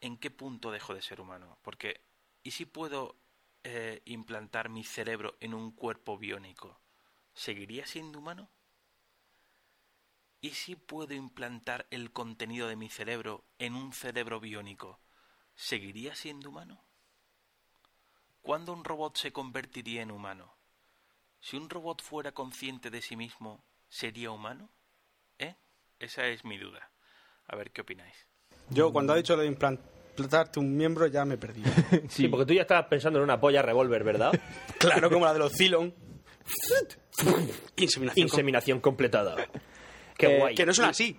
K: ¿en qué punto dejo de ser humano? Porque, ¿y si puedo eh, implantar mi cerebro en un cuerpo biónico? ¿Seguiría siendo humano? ¿Y si puedo implantar el contenido de mi cerebro en un cerebro biónico? ¿Seguiría siendo humano? ¿Cuándo un robot se convertiría en humano? Si un robot fuera consciente de sí mismo, ¿sería humano? ¿Eh? Esa es mi duda. A ver qué opináis.
H: Yo cuando ha dicho lo de implantarte un miembro ya me he perdido.
I: Sí, porque tú ya estabas pensando en una polla revólver, ¿verdad?
H: claro, como la de los Cylon. Inseminación.
I: Inseminación completada. Qué
G: Eh,
I: guay.
H: Que no son así.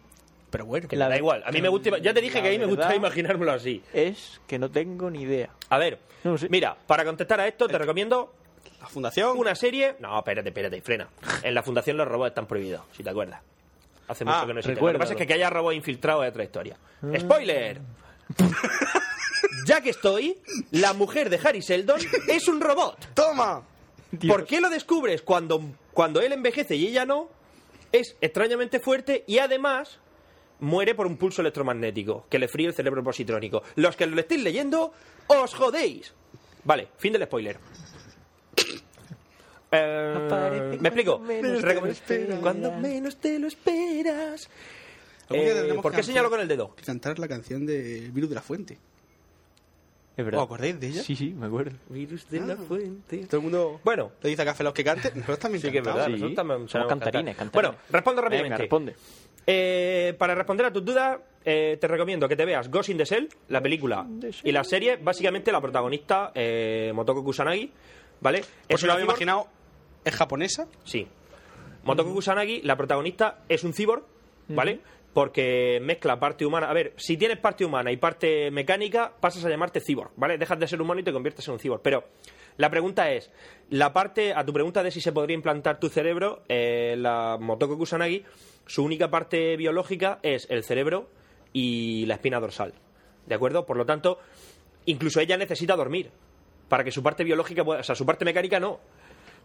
H: Pero bueno.
I: Que
G: La
I: da
G: ve-
I: igual. A mí me gusta. Ya te dije
G: la
I: que a mí me gusta
G: verdad-
I: imaginármelo así.
G: Es que no tengo ni idea.
I: A ver,
G: No sé.
I: mira, para contestar a esto te recomiendo
H: La fundación.
I: una serie. No, espérate, espérate, frena. En la fundación los robots están prohibidos, si te acuerdas. Hace mucho
H: Ah,
I: que no existe. Lo que
G: recuérdalo.
I: pasa es que que haya robots infiltrados es otra historia. ¡Spoiler! ya que estoy, la mujer de Harry Seldon es un robot.
H: ¡Toma!
I: ¿Por qué lo descubres cuando, cuando él envejece y ella no? Es extrañamente fuerte y además muere por un pulso electromagnético que le fríe el cerebro positrónico. Los que lo estéis leyendo, os jodéis. Vale, fin del spoiler. Eh,
G: Aparece
I: me explico.
G: cuando menos te
I: Recom-
G: lo esperas.
I: Cuando menos te lo esperas.
H: Algún día
I: Eh,
H: tendremos
I: ¿Por qué
H: canción.
I: señalo con el dedo?
H: Cantar la canción de Virus de la Fuente.
G: ¿Es verdad?
H: ¿Os acordáis de ella?
G: Sí, sí, me acuerdo.
I: Virus de la fuente.
H: Ah. Todo el mundo
I: Bueno,
H: le dice a Café los que canten. Nosotros también
I: Sí que es
H: cantamos.
I: verdad,
G: Sí.
I: nosotros también
G: Somos
I: sabemos
G: cantarines,
I: cantar.
G: cantarines.
I: Bueno, respondo
G: Venga,
I: rápidamente.
G: responde.
I: Eh, para responder a tus dudas, eh, te recomiendo que te veas Ghost in the Shell, la película y la serie. Básicamente, la protagonista, eh, Motoko Kusanagi, ¿vale?
H: Por si Pues lo habéis
I: una cyborg-
H: imaginado, es japonesa.
I: Sí. Motoko Kusanagi, la protagonista, es un cyborg, ¿vale? Porque mezcla parte humana. A ver, si tienes parte humana y parte mecánica, pasas a llamarte cyborg, ¿vale? Dejas de ser humano y te conviertes en un cyborg. Pero la pregunta es: la parte, a tu pregunta de si se podría implantar tu cerebro, eh, la Motoko Kusanagi, su única parte biológica es el cerebro y la espina dorsal. ¿De acuerdo? Por lo tanto, incluso ella necesita dormir. Para que su parte biológica, pueda- o sea, su parte mecánica no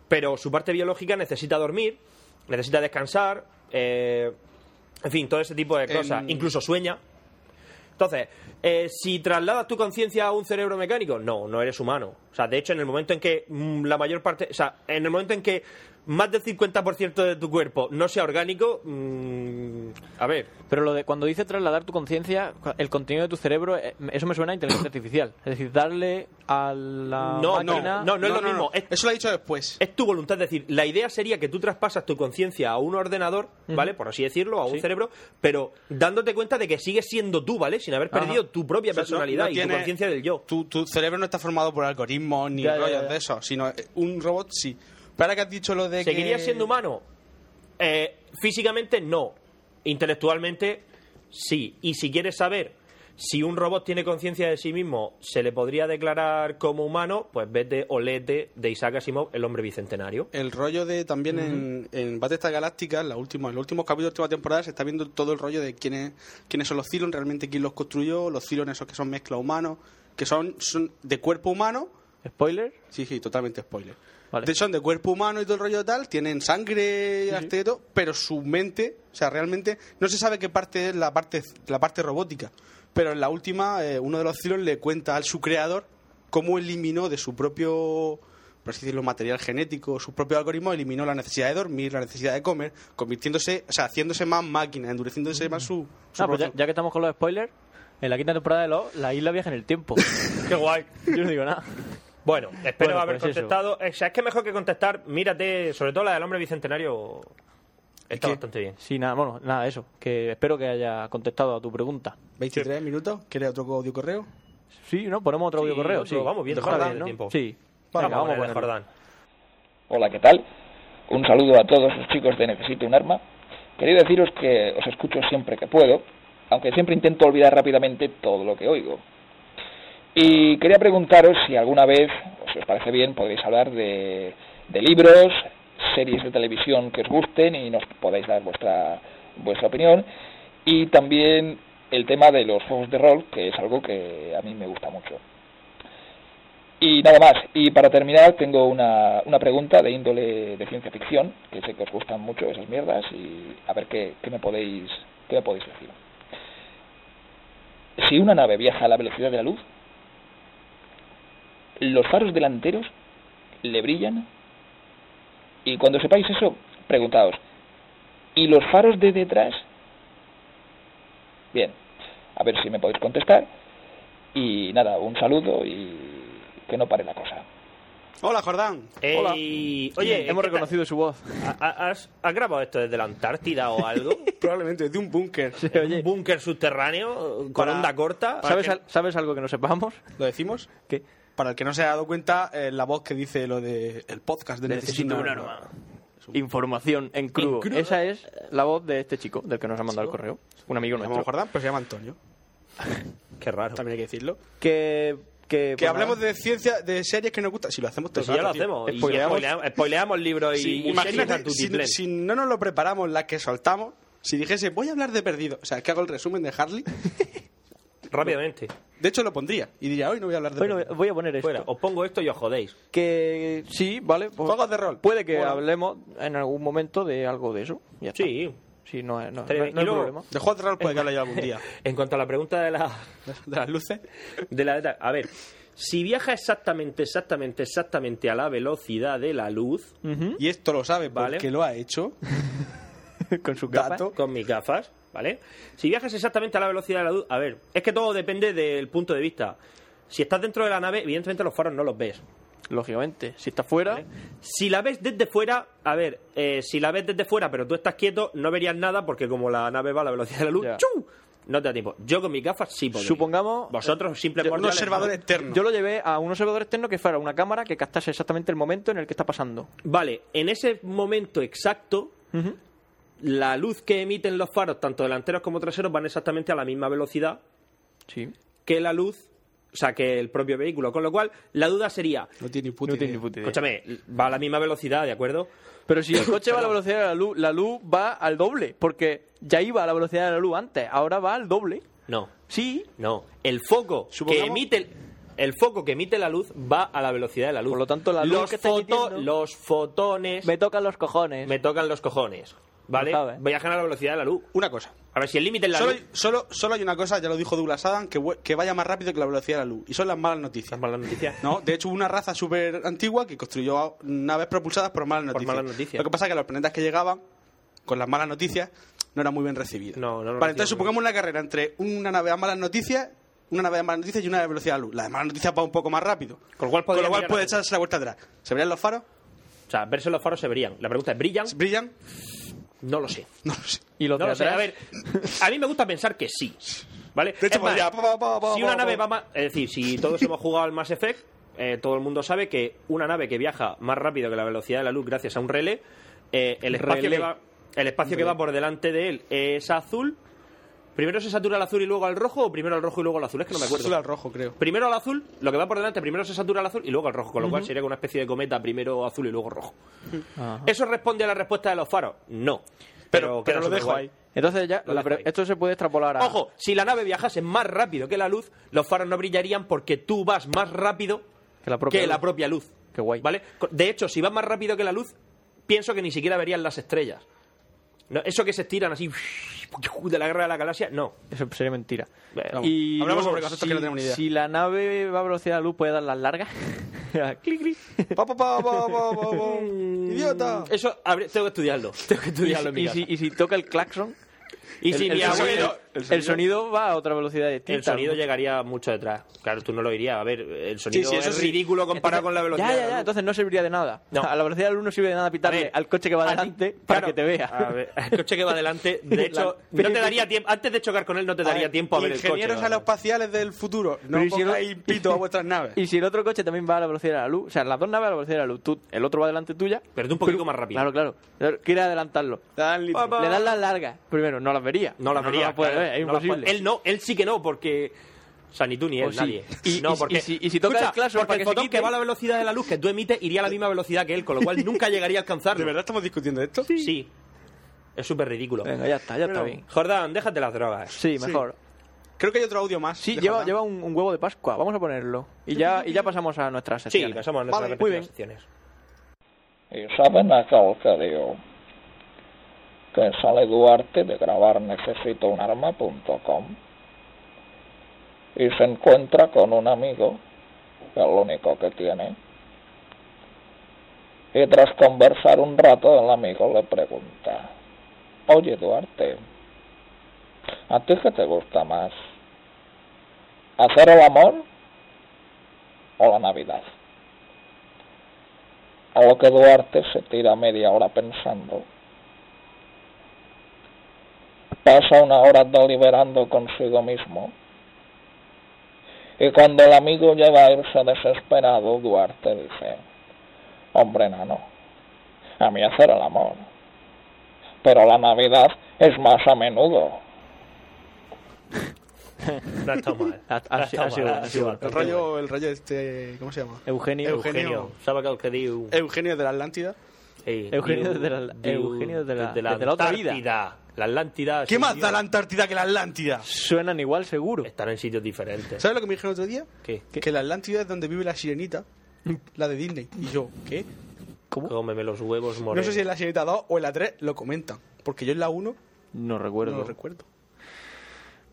I: pero su parte biológica necesita dormir, necesita descansar, eh, en fin, todo ese tipo de cosas.
H: Em.
I: Incluso sueña. Entonces, eh, si trasladas tu conciencia a un cerebro mecánico, no, no eres humano. O sea, de hecho, en el momento en que mm, la mayor parte, o sea, en el momento en que más del 50% de tu cuerpo no sea orgánico, mm, a ver,
G: Pero lo de cuando dice trasladar tu conciencia, cu- el contenido de tu cerebro, eh, eso me suena a inteligencia artificial. Es decir, darle a la
I: No,
G: máquina...
I: no, no. es lo mismo, es-
H: Eso lo ha dicho después.
I: es tu voluntad. Es decir, la idea sería que tú traspasas tu conciencia a un ordenador, ¿vale? Por así decirlo, a un cerebro, pero dándote cuenta de que sigues siendo tú, ¿ale? Sin haber
G: Ajá.
I: perdido tu propia
H: O sea, no-
I: personalidad
H: no
I: y tu
H: tiene-
I: conciencia del yo.
H: Tu, tu cerebro no está formado por algoritmos ni
G: Ya, ya,
H: rollos
G: ya.
H: de eso, sino eh, un robot sí. Pero ahora que has dicho lo de que...
I: ¿Seguirías siendo humano? Eh, físicamente no. Intelectualmente sí. Y si quieres saber si un robot tiene conciencia de sí mismo, se le podría declarar como humano, pues vete o léete de Isaac Asimov, el hombre bicentenario.
H: El rollo de también en, en Battlestar Galáctica, en, la última, en los últimos capítulos de última temporada, se está viendo todo el rollo de quiénes, quiénes son los Cylon, realmente quién los construyó, los Cylon esos que son mezcla humanos, que son, son de cuerpo humano,
G: ¿Spoiler?
H: sí, sí, totalmente spoiler.
G: Vale.
H: De- Son de cuerpo humano y todo el rollo tal, tienen sangre, hasta y todo, pero su mente, o sea, realmente no se sabe qué parte es la parte, la parte robótica. Pero en la última, eh, uno de los Cylon le cuenta al su creador cómo eliminó de su propio, por así decirlo, material genético, su propio algoritmo, eliminó la necesidad de dormir, la necesidad de comer, convirtiéndose, o sea, haciéndose más máquina, endureciéndose más su, su
G: Ah, pues ya,
H: proceso.
G: ya que estamos con los spoilers, en la quinta temporada de LOL, la isla viaja en el tiempo.
I: ¡Qué guay!
G: Yo no digo nada.
I: Bueno, espero
G: Bueno,
I: haber
G: pues eso.
I: contestado. Eh, o sea, es que mejor que contestar, mírate, sobre todo la del hombre bicentenario. Está
H: qué?
I: bastante bien.
G: Sí, nada, bueno, nada, eso. Que espero que haya contestado a tu pregunta.
H: 23 minutos, ¿quieres otro audio correo?
G: Sí, ¿no? Ponemos otro
I: Sí,
G: audio correo,
I: otro,
G: sí.
I: vamos viendo,
G: Está
I: vamos
G: bien,
I: viendo
G: ¿no?
I: tiempo.
G: Sí.
I: Venga,
G: Venga, vamos a
I: ponerle
G: ponerlo.
I: Jordán.
J: Hola, ¿qué tal? Un saludo a todos los chicos de Necesito un arma. Quería deciros que os escucho siempre que puedo, aunque siempre intento olvidar rápidamente todo lo que oigo. Y quería preguntaros si alguna vez, o si os parece bien, podréis hablar de, de libros, series de televisión que os gusten y nos podáis dar vuestra, vuestra opinión. Y también el tema de los juegos de rol, que es algo que a mí me gusta mucho. Y nada más. Y para terminar, tengo una, una pregunta de índole de ciencia ficción, que sé que os gustan mucho esas mierdas, y a ver qué, qué me podéis qué me podéis decir. Si una nave viaja a la velocidad de la luz, los faros delanteros le brillan. Y cuando sepáis eso, preguntaos, ¿y los faros de detrás Bien, a ver si me podéis contestar. Y nada, un saludo y que no pare la cosa.
H: Hola, Jordán.
J: Hola.
I: Oye, hemos reconocido
G: su voz.
I: ¿Has, has grabado esto desde la Antártida o algo?
H: Probablemente, desde un búnker.
I: ¿Un búnker subterráneo eh, con
H: Para-
I: onda corta?
G: ¿Sabes, al- ¿Sabes algo que no sepamos?
H: ¿Lo decimos?
G: ¿Qué?
H: Para el que no se haya dado cuenta, eh, la voz que dice lo de el podcast de Necesito, un arma.
G: Información en crudo.
H: crudo.
G: Esa es la voz de este chico, del que nos ha mandado el correo. Un amigo
H: ¿Se llama
G: nuestro.
H: Jordán? Pues se llama Antonio.
I: Qué raro.
H: También hay que decirlo.
G: Pues Que, que,
H: Que hablemos de ciencia, de series que nos gustan. Si lo hacemos todo
I: Pues
H: el
I: si ya lo
H: rato, tío.
I: hacemos. y
H: Spoileamos.
I: spoilea- spoileamos libros y,
H: Sí,
I: y series a
H: imagínate, si,
I: tutiplén.
H: si no nos lo preparamos, la que soltamos, si dijese, voy a hablar de perdido, o sea, que hago el resumen de Harley,
I: Rápidamente.
H: de hecho lo pondría y diría, hoy no voy a hablar de
G: Bueno,
H: perdido.
G: voy a poner esto.
I: Fuera, os pongo esto y os jodéis.
G: Que sí, vale. pues-
H: Juegos de rol.
G: Puede que
H: Bueno.
G: hablemos en algún momento de algo de eso. Ya está.
I: Sí.
G: Sí, no, es- no, no,
I: Estaría
G: no
I: bien.
G: es
I: Y luego-
G: problema.
H: De Hot Roll puede que hable yo algún día.
I: En cuanto a la pregunta de la,
H: De las luces.
I: de la de- a ver, si viaja exactamente, exactamente, exactamente a la velocidad de la luz
H: Y esto lo sabe
I: Vale.
H: porque lo ha hecho.
G: Con su capa.
H: Dato.
I: con mis gafas, ¿vale? Si viajas exactamente a la velocidad de la luz, a ver, es que todo depende del punto de vista. Si estás dentro de la nave, evidentemente los faros no los ves.
G: Lógicamente. Si está fuera,
I: Si la ves desde fuera, a ver, eh, si la ves desde fuera pero tú estás quieto, no verías nada porque como la nave va a la velocidad de la luz,
G: Ya.
I: ¡chu! no te da tiempo. Yo con mis gafas sí podría.
G: Supongamos-
I: Vosotros, simples
H: Un
I: mortales,
H: observador
I: no.
H: externo.
G: yo lo llevé a un observador externo que fuera una cámara que captase exactamente el momento en el que está pasando.
I: Vale, en ese momento exacto, la luz que emiten los faros, tanto delanteros como traseros, van exactamente a la misma velocidad
G: Sí.
I: que la luz, o sea, que el propio vehículo. Con lo cual, la duda sería,
H: No tiene ni puta
G: No tiene ni
H: idea.
G: puta idea.
I: escúchame, va a la misma velocidad, ¿de acuerdo?
G: Pero si el coche va a la velocidad de la luz, la luz va al doble. Porque ya iba a la velocidad de la luz antes, ahora va al doble.
I: No,
G: Sí.
I: no. El foco
H: Supongamos-
I: que emite... El, el foco que emite la luz va a la velocidad de la luz.
G: Por lo tanto, la luz
I: los,
G: que está
I: foto-
G: emitiendo-
I: los fotones
G: Me ¿eh?
I: me,
G: tocan los cojones.
I: tocan los cojones. ¿Vale?
G: Lo sabes.
I: Viajan a la velocidad de la luz.
H: Una cosa.
I: A ver si el límite es la
H: Solo,
I: luz.
H: solo, solo hay una cosa, ya lo dijo Douglas Adam, que, vue- que vaya más rápido que la velocidad de la luz. Y son las malas noticias.
I: Estas malas noticias.
H: No, de hecho hubo una raza súper antigua que construyó naves propulsadas por malas noticias.
I: malas noticias.
H: Lo que pasa es que los planetas que llegaban con las malas noticias no eran muy bien recibidos.
I: No, no lo
H: vale, entonces
I: recibían.
H: supongamos una carrera entre una nave a malas noticias, una nave a malas noticias y una de velocidad de luz. La de malas noticias va un poco más rápido.
I: Con lo cual podría mirar
H: puede
I: la gente.
H: echarse la vuelta atrás. ¿Se verían los faros?
I: O sea, verse los faros se verían. La pregunta es, ¿brillan?
H: ¿Brillan?
I: No lo sé.
H: No lo sé.
G: Y los
I: No
G: de
I: lo sé.
G: atrás-
I: A ver, a mí me gusta pensar que sí. ¿Vale?
H: De hecho,
I: Es más,
H: podría, pa, pa, pa, pa,
I: si una
H: pa, pa.
I: nave va más. Es decir, si todos hemos jugado al Mass Effect, eh, todo el mundo sabe que una nave que viaja más rápido que la velocidad de la luz gracias a un relé, eh, el espacio,
G: Relé.
I: Que, va, el espacio que va por delante de él es azul. ¿Primero se satura el azul y luego al rojo? ¿O primero al rojo y luego al azul? Es que no me acuerdo.
H: Azul al rojo, creo.
I: Primero al azul, lo que va por delante, primero se satura al azul y luego al rojo, con lo cual sería como una especie de cometa, primero azul y luego rojo.
G: Ajá.
I: ¿Eso responde a la respuesta de los faros? No. Pero,
H: pero lo
I: queda
H: dejo
I: superguay.
H: ahí.
G: Entonces ya,
I: Lo
G: la
I: dejo
G: pre-
I: ahí.
G: esto se puede extrapolar a...
I: Ojo, si la nave viajase más rápido que la luz, los faros no brillarían porque tú vas más rápido
G: Que la propia
I: que
G: luz.
I: la propia luz.
G: Qué guay.
I: ¿Vale? Co- De hecho, si vas más rápido que la luz, pienso que ni siquiera verían las estrellas. No, eso que se estiran así de la guerra de la galaxia, no.
G: Eso sería mentira.
I: Vamos.
G: y
H: Hablamos
G: luego,
H: sobre cosas
G: si,
H: que no tenemos ni idea.
G: Si la nave va a velocidad de la luz, puede dar las largas. Clic, clic.
H: Pa, pa, pa, pa, pa, pa, pa. ¡Idiota!
I: Eso habría- tengo que estudiarlo. Tengo que
G: Y,
I: estudiarlo en mi
G: si-
I: casa.
G: y si, y si toca el claxon,
I: Y
G: el,
I: si mi
G: el
I: abuelo.
G: sonido, el- el sonido va a otra velocidad distinta.
I: El sonido llegaría mucho detrás. Claro, tú no lo irías. A ver, el sonido
H: sí, eso
I: es
H: sí.
I: ridículo comparado
G: Entonces-
I: con la velocidad.
G: Ya,
I: de
G: ya,
I: la
G: ya.
I: luz.
G: Entonces no serviría de nada.
I: No.
G: A la velocidad de la luz no sirve de nada pitarle
I: A ver,
G: al coche que va
I: a ti-
G: delante para
I: claro,
G: que te vea.
I: a ver, el coche que va delante, de hecho,
G: La-
I: no te daría tiempo. Antes de chocar con él, no te daría tiempo a ver el coche.
H: Ingenieros
I: ¿no?
H: aeroespaciales del futuro, no
G: Pero ¿y si el-
H: pongáis pito a vuestras naves.
G: Y si el otro coche también va a la velocidad de la luz, o sea, las dos naves a la velocidad de la luz, tú, el otro va delante tuya.
I: Pero tú un poquito más rápido.
G: Claro, claro. Pero Quiere adelantarlo.
H: Dan litro.
I: Papá.
G: Le das las largas. Primero, no las vería.
I: No la vería.
G: las puede
I: claro,
G: ver, es
I: no la puede-
G: imposible.
I: él no, él sí que no, porque. O sea, ni tú ni él,
G: O sí.
I: nadie.
G: Y-
I: no,
G: y- y si- y si toca el claxon
I: porque
G: para
I: el
G: que se
I: fotón
G: quite-
I: que va a la velocidad de la luz que tú emites iría a la misma velocidad que él, con lo cual nunca llegaría a alcanzarlo.
H: ¿De verdad estamos discutiendo esto?
I: Sí. Es súper ridículo.
G: Venga, ya está, ya está bien.
I: Jordán, déjate las drogas.
G: Sí, mejor.
H: Creo que hay otro audio más.
G: Sí,
H: de
G: lleva,
H: Jordán.
G: lleva un, un huevo de Pascua. Vamos a ponerlo. Y ya, y ya pasamos a nuestras
I: Sí,
G: secciones.
I: pasamos a nuestras
H: Vale,
G: muy
I: respectivas
G: bien.
I: secciones.
J: Y saben aquel que diu que sale Duarte de grabar necesitounarma.com y se encuentra con un amigo, que es lo único que tiene, y tras conversar un rato el amigo le pregunta, oye Duarte,
L: ¿A ti qué te gusta más? ¿Hacer el amor o la Navidad? A lo que Duarte se tira media hora pensando. Pasa una hora deliberando consigo mismo. Y cuando el amigo llega a irse desesperado, Duarte dice, hombre nano, a mí hacer el amor. Pero la Navidad es más a menudo.
I: No ha estado mal.
G: Ha- ha-
I: No ha estado
G: ha sido-
I: mal,
G: ha
I: ha
G: sido
I: sido
H: El
I: bastante mal.
H: rayo, el rayo este, ¿cómo se llama?
G: Eugenio.
H: Eugenio. Em-
I: Sabe que el que diu...
H: Eugenio de la Atlántida.
I: Ei,
G: Eugenio
I: diu-
G: de la-
I: diu
G: Eugenio de la-
I: de la,
G: de la otra vida.
I: Antártida. La Atlántida.
H: ¿Qué
I: sí,
H: más
I: tío.
H: da la Antártida que la Atlántida?
G: Suenan igual seguro.
I: Están en sitios diferentes.
H: ¿Sabes lo que me dijeron otro día?
I: ¿Qué?
H: Que la Atlántida es donde vive la sirenita, la de Disney. Y yo, ¿qué?
I: Cómeme los huevos
H: No
I: morenos.
H: sé si en la sirenita 2 o en la 3 lo comentan. Porque yo en la 1
G: No
H: no
G: recuerdo.
H: lo recuerdo.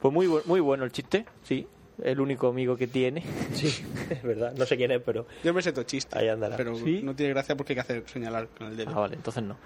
G: Pues muy, bu- muy bueno el chiste, sí. El único amigo que tiene.
I: Sí, es verdad. No sé quién es, pero...
H: Yo me sé todo chiste.
I: Ahí andará.
H: Pero
G: Sí.
H: no tiene gracia porque hay que hacer señalar con el dedo.
G: Ah, vale, entonces no.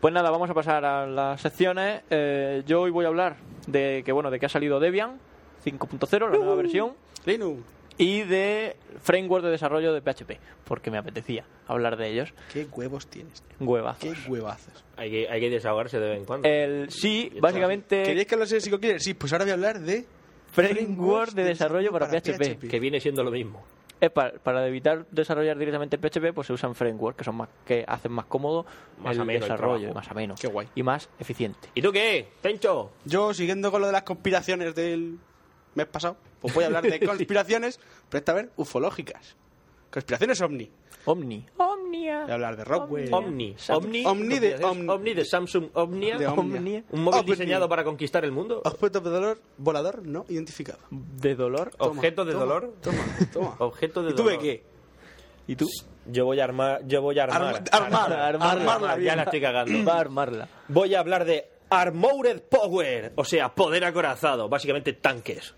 G: Pues nada, vamos a pasar a las secciones. Eh, yo hoy voy a hablar de que bueno, de que ha salido Debian 5.0, la
I: Uh.
G: nueva versión,
H: Linux,
G: y de framework de desarrollo de PHP, porque me apetecía hablar de ellos.
H: ¿qué huevos tienes?
G: Huevazos.
H: ¿Qué huevazos?
I: Hay que, hay que desahogarse de vez en
H: Eh,
I: cuando.
G: El sí,
I: esto
G: básicamente
H: ¿Queréis que lo sé si lo quieres? Sí, pues ahora voy a hablar de...
G: framework de desarrollo para PHP.
I: Que viene siendo lo mismo.
G: Es pa- para, evitar desarrollar directamente PHP, pues se usan frameworks que son más que hacen más cómodo
I: Más
G: el
I: ameno el
G: desarrollo,
I: trabajo.
G: más ameno
H: Qué guay.
G: y más eficiente.
I: ¿Y tú qué? ¡Tencho!
H: Yo, siguiendo con lo de las conspiraciones del mes pasado, pues voy a hablar de conspiraciones, pero esta vez ufológicas. Conspiraciones ovni.
G: Omni, Omnia,
H: Voy a hablar de Rockwell.
I: Omni. Omni.
H: Omni de-
I: Omni,
H: Omni.
I: de Samsung Omnia.
H: De Omnia. Ah, pues
I: Un móvil
H: Omni.
I: diseñado para conquistar el mundo.
H: Objeto de dolor volador no identificado.
G: de dolor.
H: Toma,
I: Objeto de
H: toma,
I: dolor.
H: Toma, toma.
I: Objeto de
H: ¿Y tú
I: dolor.
H: de qué?
G: ¿Y tú?
I: Yo voy a armar. Yo voy a armar.
H: Arma- armar. Armarla
I: Ya
H: bien.
I: la estoy cagando.
G: Va a armarla.
I: Voy a hablar de Armored Power. O sea, poder acorazado. Básicamente tanques.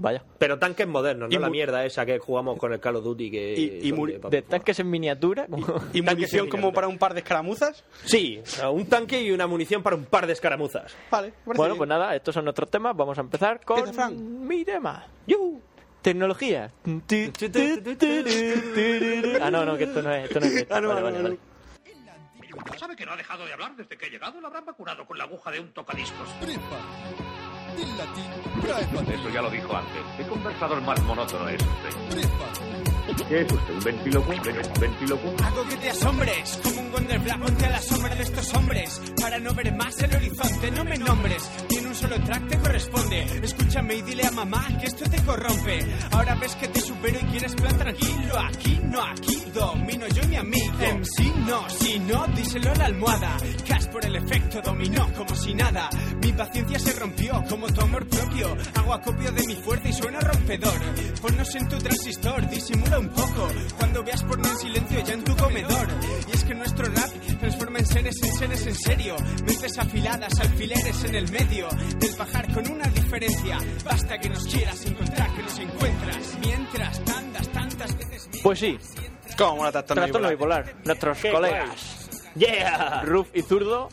G: Vaya.
I: Pero tanques modernos,
H: Y
I: no la
H: mu-
I: mierda esa que jugamos con el Call of Duty. Que,
H: Y- y mu-
I: donde-
G: De tanques en miniatura. como-
I: Tanque
H: ¿Y munición
I: sin
H: como
I: miniatura.
H: para un par de escaramuzas?
I: Sí, un tanque y una munición para un par de escaramuzas.
H: Vale, me parece
G: Bueno,
H: bien.
G: pues nada, estos son nuestros temas. Vamos a empezar con
H: Empieza, Frank.
G: mi tema. ¡Yuhu! Tecnología. ah, no, no, que esto no es. Esto no es esto.
H: Ah, no,
G: Vale,
H: no,
G: vale,
H: no,
G: vale.
M: ¿Sabe que no ha dejado de hablar desde que he llegado? Lo habrán vacunado con la aguja de un tocadiscos.
N: Eso ya lo dijo antes. ¿Qué conversador más monótono es usted? ¿Qué es usted? ¿Un ventiloquio? ¿Un ventiloquio?
O: Hago que te asombres, como un Wonderbla, ponte a la sombra de estos hombres. Para no ver más el horizonte, no me nombres, ni en un solo track te corresponde. Escúchame y dile a mamá que esto te corrompe. Ahora ves que te supero y quieres plan tranquilo. Aquí no, aquí domino yo y mi amigo. MC no, si no, díselo a la almohada. Cash por el efecto dominó como si nada. Mi paciencia se rompió como tu amor propio. Hago acopio de mi fuerza y suena rompedor. Ponnos en tu transistor, disimula un poco. Cuando veas porno en silencio ya en tu comedor. Y es que nuestro rap transforma en seres en seres en serio. Mentes afiladas, alfileres en el medio. Del pajar con una diferencia. Basta que nos quieras encontrar que nos encuentras. Mientras tantas, tantas veces.
G: Pues sí,
H: ¿Cómo la trastorno
G: trastorno
H: bipolar?
G: bipolar. Nuestros
I: Qué
G: colegas
I: ¡Yeah!
G: Ruf y Zurdo.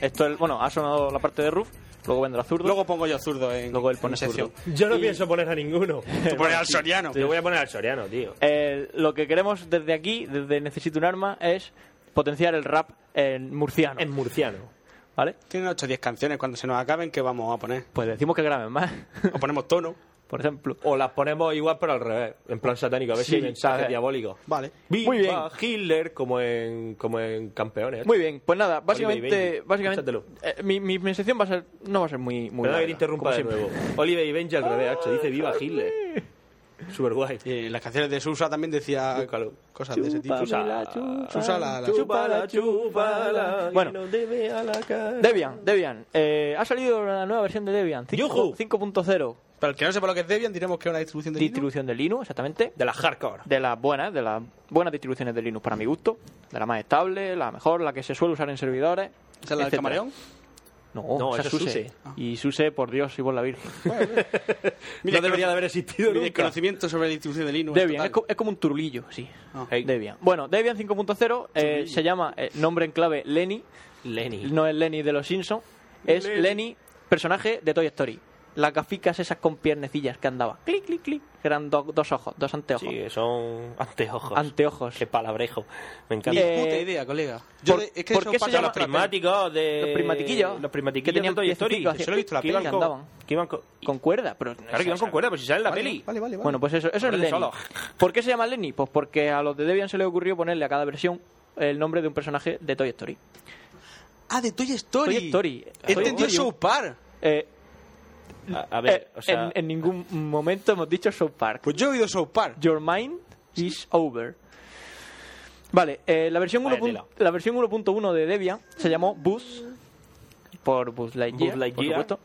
G: Esto es, bueno, ha sonado la parte de Ruf, luego vendrá Zurdo.
H: Luego pongo yo zurdo en
G: Luego él pone
H: en sección.
G: zurdo.
I: Yo no pienso poner a ninguno.
H: Tú pones al soriano.
I: Yo voy a poner al Soriano, tío.
G: Eh, lo que queremos desde aquí, desde Necesito un arma, es potenciar el rap en murciano.
I: En murciano.
G: ¿Vale?
H: Tienen 8 o 10 canciones. Cuando se nos acaben, ¿qué vamos a poner?
G: Pues decimos que graben más,
H: O ponemos tono.
G: por ejemplo.
I: O las ponemos igual, pero al revés. En plan satánico, a ver
G: Sí,
I: si hay mensaje
G: ¿sabes?
I: diabólico.
H: Vale.
I: Viva
G: bien.
I: Hitler, como en, como en Campeones.
G: Muy bien, pues nada,
I: Oliver
G: básicamente,
I: y
G: básicamente
I: Escúchatelo.
G: eh, mi, mi, mi sección va a ser, no va a ser muy, muy
I: Perdona que
G: larga,
I: te interrumpa
G: como
I: de
G: siempre. Ah,
I: nuevo. Oliver y Benji al revés, hacho, Dice viva Hitler. Super guay.
H: Y en las canciones de Susa también decía
I: Búscalo.
H: cosas de ese tipo. Susa, la- la-
I: Chúpala, chúpala.
G: Bueno.
I: y no te vea la cara.
G: Debian, Debian. Eh, ha salido la nueva versión de Debian,
I: ¡Yujú!
G: 5 5.0.
H: Para el que no sepa lo que es Debian, diremos que es una distribución de Linux.
G: Distribución de Linux, exactamente.
I: De la hardcore.
G: De las buenas, de las buenas distribuciones de Linux para mi gusto. De la más estable, la mejor, la que se suele usar en servidores.
H: ¿Esa es la del
G: etcétera.
H: camaleón?
G: No,
I: No,
G: esa es
I: esa es
G: SUSE.
I: SUSE.
G: Y SUSE, por Dios, y por la Virgen.
H: Mira,
I: no debería de haber existido
H: Mi
I: nunca.
H: desconocimiento sobre la distribución de
I: Pues
H: Linux.
G: Debian, es,
H: total.
G: co- es como un turlillo, sí.
H: Ah.
G: Debian. Bueno, Debian 5.0 eh, se llama, eh, nombre en clave, Lenny.
I: Lenny.
G: No es Lenny de los Simpsons, es Lenny, Personaje de Toy Story. Las gaficas esas con piernecillas que andaba. Clic, clic, clic. Que eran do- dos ojos, dos anteojos.
I: Sí, son anteojos.
G: Anteojos.
I: Qué palabrejo. Me
G: Ni
I: encanta.
G: puta Eh,
H: idea, colega.
I: ¿Por,
G: de- es que ¿por eso qué se pasa llama-
I: los prismáticos de...
G: Los prismatiquillos.
I: eh, Los prismatiquillos
G: Que tenían
I: de Toy Story.
G: piececitos,
I: que solo he visto la
G: que
I: peli.
G: iban con-
I: Que iban con...
G: Con cuerda, pero...
I: Claro, que iban con cuerda, pues si sale en la
G: Vale,
I: peli.
G: vale, vale, vale. Bueno, pues eso, eso es
I: Aprende
G: Lenny.
I: solo.
G: ¿Por qué se llama Lenny? Pues porque a los de Debian se les ocurrió ponerle a cada versión el nombre de un personaje de Toy Story.
H: Ah, de Toy Story. Este
G: Toy Story.
H: He entendido
G: Toy Story.
H: South Park.
G: Eh,
I: A, a ver,
G: eh,
I: o sea...
G: en, en ningún momento hemos dicho South Park.
H: Pues yo he oído South Park.
G: Your mind is over. Vale, eh, la versión
I: Vaya
G: 1.1
I: tela.
G: la versión 1.1 de Debian se llamó Buzz por Buzz Lightyear,
I: Buzz Lightyear.
G: por supuesto.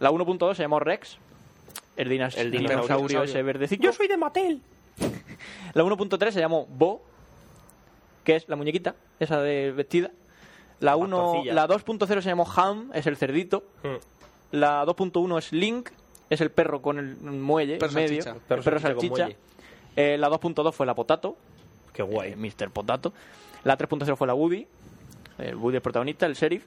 G: La 1.2 se llamó Rex, el, dinas-
I: El
G: dinosaurio,
I: dinosaurio.
G: ese verdecito.
I: Yo soy de Mattel.
G: La 1.3 se llamó Bo, que es la muñequita, esa de vestida. La, uno-
I: Pastorcilla. Hmm.
G: la 2.0 se llamó Ham, es el cerdito. La 2.1 es Link, es el perro con el muelle
H: Perro
G: en medio.
H: salchicha.
G: El perro, salchicha. Eh, la 2.2 fue la Potato,
I: Qué guay.
G: eh, Mr. Potato. La 3.0 fue la Woody, el Woody el protagonista, el sheriff.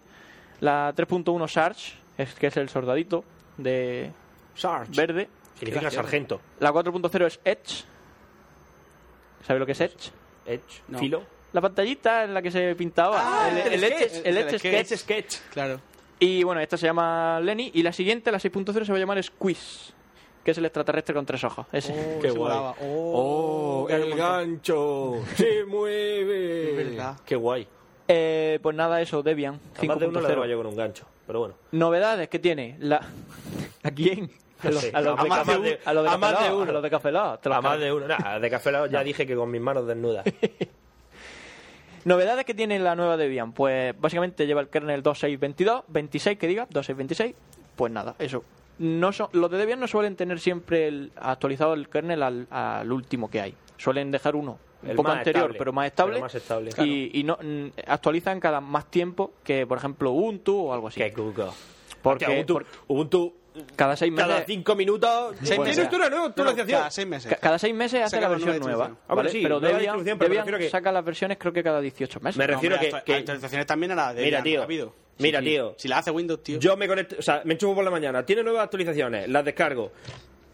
G: La 3.1 Sarge, es, que es el soldadito de
I: Sarge.
G: verde.
I: Significa sargento.
G: La 4.0 es Edge. ¿Sabes lo que es Edge?
I: Edge.
G: No.
I: Filo.
G: La pantallita en la que se pintaba.
I: Ah,
G: el,
I: el
G: el
I: sketch.
G: Edge- el
I: El
G: Edge
I: sketch.
G: sketch.
H: Claro.
G: Y bueno, esta se llama Lenny. Y la siguiente, la 6.0, se va a llamar Squeeze. Que es el extraterrestre con tres ojos. Oh, Ese.
I: Qué
H: se
I: guay.
H: volaba. Oh, claro, un montón.
I: gancho se mueve.
H: Es verdad.
I: Qué guay.
G: Eh, pues nada, eso, Debian.
I: Además de uno le daba
G: 5.0.
I: yo con un gancho. Pero bueno.
G: Novedades que tiene. La... ¿A quién? A
I: No
G: los,
I: sé.
G: a los
I: A
G: de
I: más
G: Café
I: de un-
G: a los de
I: a más
G: Café
I: de
G: Lock,
I: uno.
G: a los de Café Lock, te los
I: A más
G: cargas.
I: de uno. Nada, de café Lock ya dije que con mis manos desnudas.
G: Novedades que tiene la nueva Debian. Pues básicamente lleva el kernel 2.6.22, 26 que diga, 2.6.26. Pues nada, eso. No son, los de Debian no suelen tener siempre el, actualizado el kernel al, al último que hay. Suelen dejar uno un
I: El
G: poco
I: más
G: anterior,
I: estable,
G: pero más estable.
I: pero más estable.
G: Y,
I: Claro.
G: y no, mm, actualizan cada más tiempo que, por ejemplo, Ubuntu o algo así.
I: Qué cuco.
G: Porque-
I: Hostia, Ubuntu,
G: por-
I: Ubuntu
G: Cada seis meses.
I: cada cinco minutos.
G: Seis
I: Tiene
G: meses.
I: usted una nueva
H: No,
I: actualización.
H: cada seis meses.
G: ca- cada pues, seis meses hace
H: Saca
G: la
H: una
G: versión
H: nueva
G: nueva.
H: distribución.
I: Ah, bueno,
G: ¿vale?
I: sí,
G: pero
I: nueva
G: Debian,
I: distribución, pero me
G: Debian
I: refiero que-
G: saca las versiones creo que cada 18 meses.
I: Me refiero
H: Hombre,
I: que-
H: actu-
I: que-
H: actualizaciones también a la de
I: Mira,
H: Debian,
I: tío.
H: rápido.
I: Mira,
H: Sí, sí.
I: tío.
H: Si la hace Windows, tío.
I: Yo me conecto, o sea, me enchufo por la mañana, tiene nuevas actualizaciones, las descargo,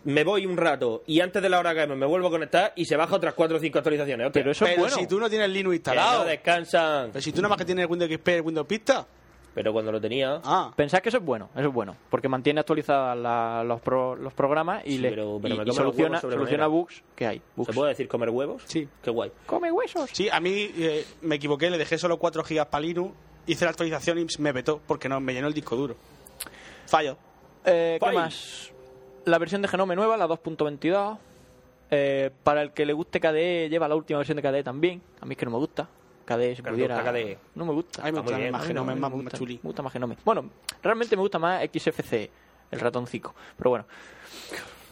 I: me voy un rato y antes de la hora gamer me vuelvo a conectar y se baja otras 4 o 5 actualizaciones. hostia.
G: Pero eso
H: pero
G: es bueno.
H: si tú no tienes Linux
I: Que no
H: instalado.
I: descansan.
H: Pero si tú nada más que tienes Windows XP, Windows Vista.
I: Pero cuando lo tenía.
H: Ah.
G: Pensad que eso es bueno, eso es bueno, porque mantiene actualizados la- los, pro- los programas y,
I: Sí,
G: le,
I: pero- pero
G: y-
I: me como
G: y
I: los
G: soluciona,
I: huevos sobremanera.
G: soluciona bugs que hay. bugs.
I: ¿Se puede decir comer huevos?
H: Sí.
I: Qué guay.
G: Come huesos.
H: Sí, a mí eh, me equivoqué, le dejé solo 4 gigas para Linux, hice la actualización y me petó porque no me llenó el disco duro. Fallo.
G: Eh, ¿Qué
I: Fine.
G: más? La versión de Genome nueva, la 2.22. Eh, para el que le guste KDE, lleva la última versión de KDE también. A mí es que no me gusta. KDE, si
I: Claro,
G: pudiera.
I: gusta KDE.
G: No me gusta. E.
H: Ay, me
G: A mí
H: gusta
G: no
H: más Genome,
G: me
H: más
G: gusta,
H: chuli.
G: Me gusta más Genome. Bueno, realmente me gusta más XFCE, el ratoncico. Pero bueno.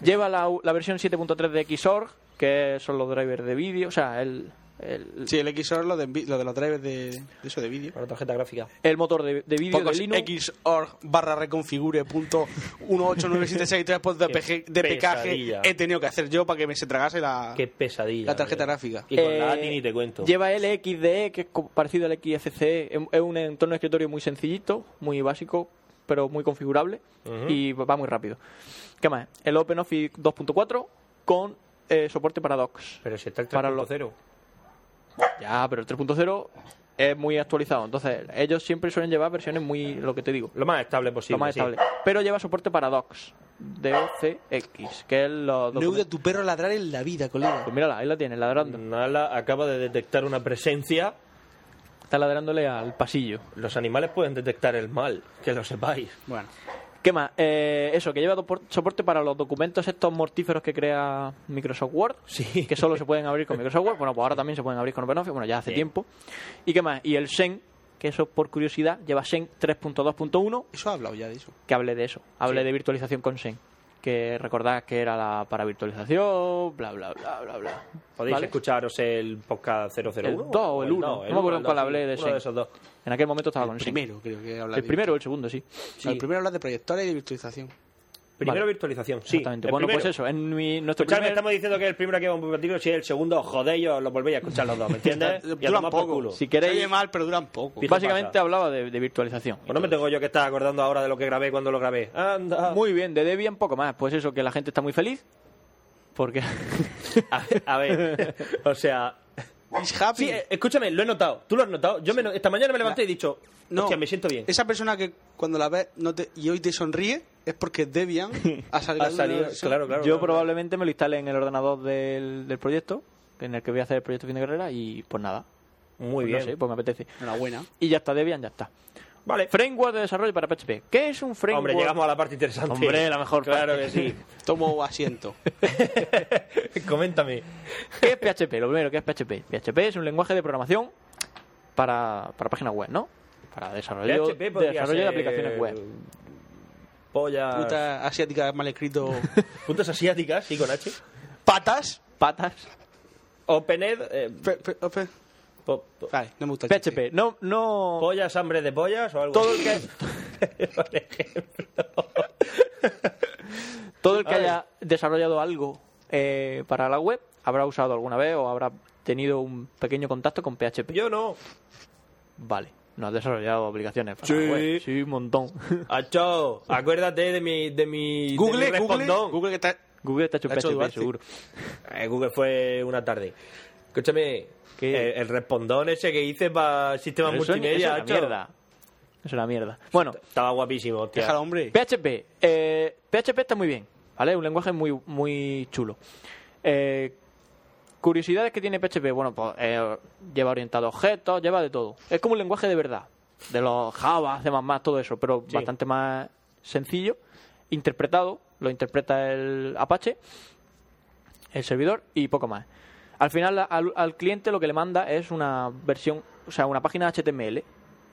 G: Lleva la, la versión 7.3 de Xorg, que son los drivers de vídeo. O sea, el. el
H: Sí, el XOR, lo de, envi- lo de los drivers de, de eso de vídeo.
I: Con la tarjeta gráfica.
G: el motor de, de vídeo de
H: Pocos
G: Linux.
H: xorg barra reconfigure punto 189763 por DPG
I: pesadilla.
H: DPKG he tenido que hacer yo para que me se tragase la,
I: Qué pesadilla.
H: la tarjeta
I: tío.
H: gráfica.
I: Y con
G: Eh,
I: la ATI ni te cuento.
G: Lleva LXDE, que es co- parecido al XFCE. Es- Es un entorno de escritorio muy sencillito, muy básico, pero muy configurable y va va muy rápido. ¿Qué más? El OpenOffice 2.4 con eh, soporte para docs.
I: Pero si está el
G: Para lo-
I: 3.0.
G: Ya, pero el 3.0 es muy actualizado. Entonces, ellos siempre suelen llevar versiones muy, lo que te digo,
I: Lo más estable posible.
G: lo más
I: sí.
G: estable. Pero lleva soporte para docs. DOCX, que es los
H: No he oído a
G: documentos-
H: tu perro ladrar en la vida, colega.
G: Pues mírala, ahí la tienes, ladrando.
I: Mm. Nala acaba de detectar una presencia.
G: Está ladrándole al pasillo.
I: Los animales pueden detectar el mal, que lo sepáis.
H: Bueno,
G: ¿Qué más? Eh, eso, que lleva dopor- soporte para los documentos estos mortíferos que crea Microsoft Word,
I: Sí.
G: que solo se pueden abrir con Microsoft Word. Bueno, pues ahora también se pueden abrir con OpenOffice, bueno, ya hace
I: Bien.
G: tiempo. ¿Y qué más? Y el Xen, que eso por curiosidad lleva Xen 3.2.1,
H: eso ha hablado ya de eso.
G: que hablé de eso, hablé
I: Sí.
G: de virtualización con Xen. Que recordad que era la para virtualización, bla, bla, bla, bla, bla.
I: Podéis
G: ¿Vale?
I: escucharos el podcast 001.
G: El 2 o el 1,
I: dos,
G: no me acuerdo
I: el
G: cuál
I: dos,
G: hablé
I: Uno
G: de ese.
I: de esos dos.
G: En aquel momento estaba
H: El
G: con Xen.
H: primero, creo que habla
G: El primero o el segundo, sí.
I: Sí.
H: El primero habla de proyectores y de virtualización.
I: Primero
G: Vale.
I: virtualización, sí.
G: Exactamente.
I: el
G: Bueno,
I: primero.
G: pues eso, en mi- nuestro
I: Escuchadme,
G: primer-
I: estamos diciendo que el primero que va a un compartido, si es el segundo, jodéis, os lo volvéis a escuchar los dos, ¿me entiendes? Y a
G: Duran
I: tomar por
G: poco.
I: culo.
G: Si queréis- Se oye
H: mal, pero duran poco.
G: Básicamente hablaba de, de virtualización.
I: Pues no me tengo yo que estar acordando ahora de lo que grabé cuando lo grabé. Ah.
G: Muy bien, de Debian poco más. Pues eso, que la gente está muy feliz. Porque.
I: A ver, o sea... Sí, eh, escúchame, lo he notado. ¿Tú lo has notado? Yo me no- esta mañana me levanté y he dicho, no, me siento bien.
H: Esa persona que cuando la ves no te- y hoy te sonríe es porque Debian ha salido.
G: Yo probablemente me lo instale en el ordenador del, del proyecto, en el que voy a hacer el proyecto fin de carrera, y pues nada.
I: Muy
G: Pues
I: bien.
G: No sé, pues me apetece.
H: Enhorabuena.
G: Y ya está, Debian, ya está.
I: Vale.
G: Framework de desarrollo para PHP. ¿Qué es un framework?
I: Hombre, llegamos a la parte interesante.
G: Hombre, la mejor
I: Claro
G: parte.
I: que sí.
H: Tomo asiento.
I: Coméntame.
G: ¿Qué es PHP? Lo primero, ¿qué es PHP? PHP es un lenguaje de programación para, para páginas web, ¿no? Para desarrollo,
I: PHP podría
G: desarrollo
I: ser-
G: de aplicaciones web.
I: Pollas.
H: Puta asiática mal escrito.
I: Puntas asiáticas, sí, con H.
H: Patas.
G: Patas.
I: OpenEd. eh,
G: oh,
I: po- po-
H: Vale, no me gusta el
G: PHP, no, no.
I: Pollas, hambre de pollas o algo
G: Todo
I: así.
G: el
I: Por ejemplo.
G: Todo el que
I: Ay.
G: haya desarrollado algo eh, para la web habrá usado alguna vez o habrá tenido un pequeño contacto con PHP.
I: Yo no.
G: Vale, no has desarrollado aplicaciones para
I: Sí.
G: la web. Sí, un montón.
I: Acho, acuérdate de mi. De mi
G: Google,
I: de mi
G: Google,
I: respondón.
H: Google que está.
G: Google te ha hecho PHP, seguro.
I: Eh, Google fue una tarde. Escúchame, eh, el, respondón ese que hice para sistema
G: Pero eso-
I: multimedia,
G: eso es una
I: acho.
G: mierda. Es una mierda. Bueno,
I: Estaba guapísimo, hostia.
G: Déjalo,
H: hombre.
G: PHP. eh, PHP está muy bien, ¿vale? Es un lenguaje muy, muy chulo. Eh, curiosidades que tiene PHP. Bueno, pues eh, lleva orientado a objetos, lleva de todo. Es como un lenguaje de verdad. De los Java, C++, todo eso, pero
I: Sí.
G: bastante más sencillo. Interpretado, lo interpreta el Apache, el servidor y poco más. Al final la- al, al cliente lo que le manda es una versión, o sea, una página HTML,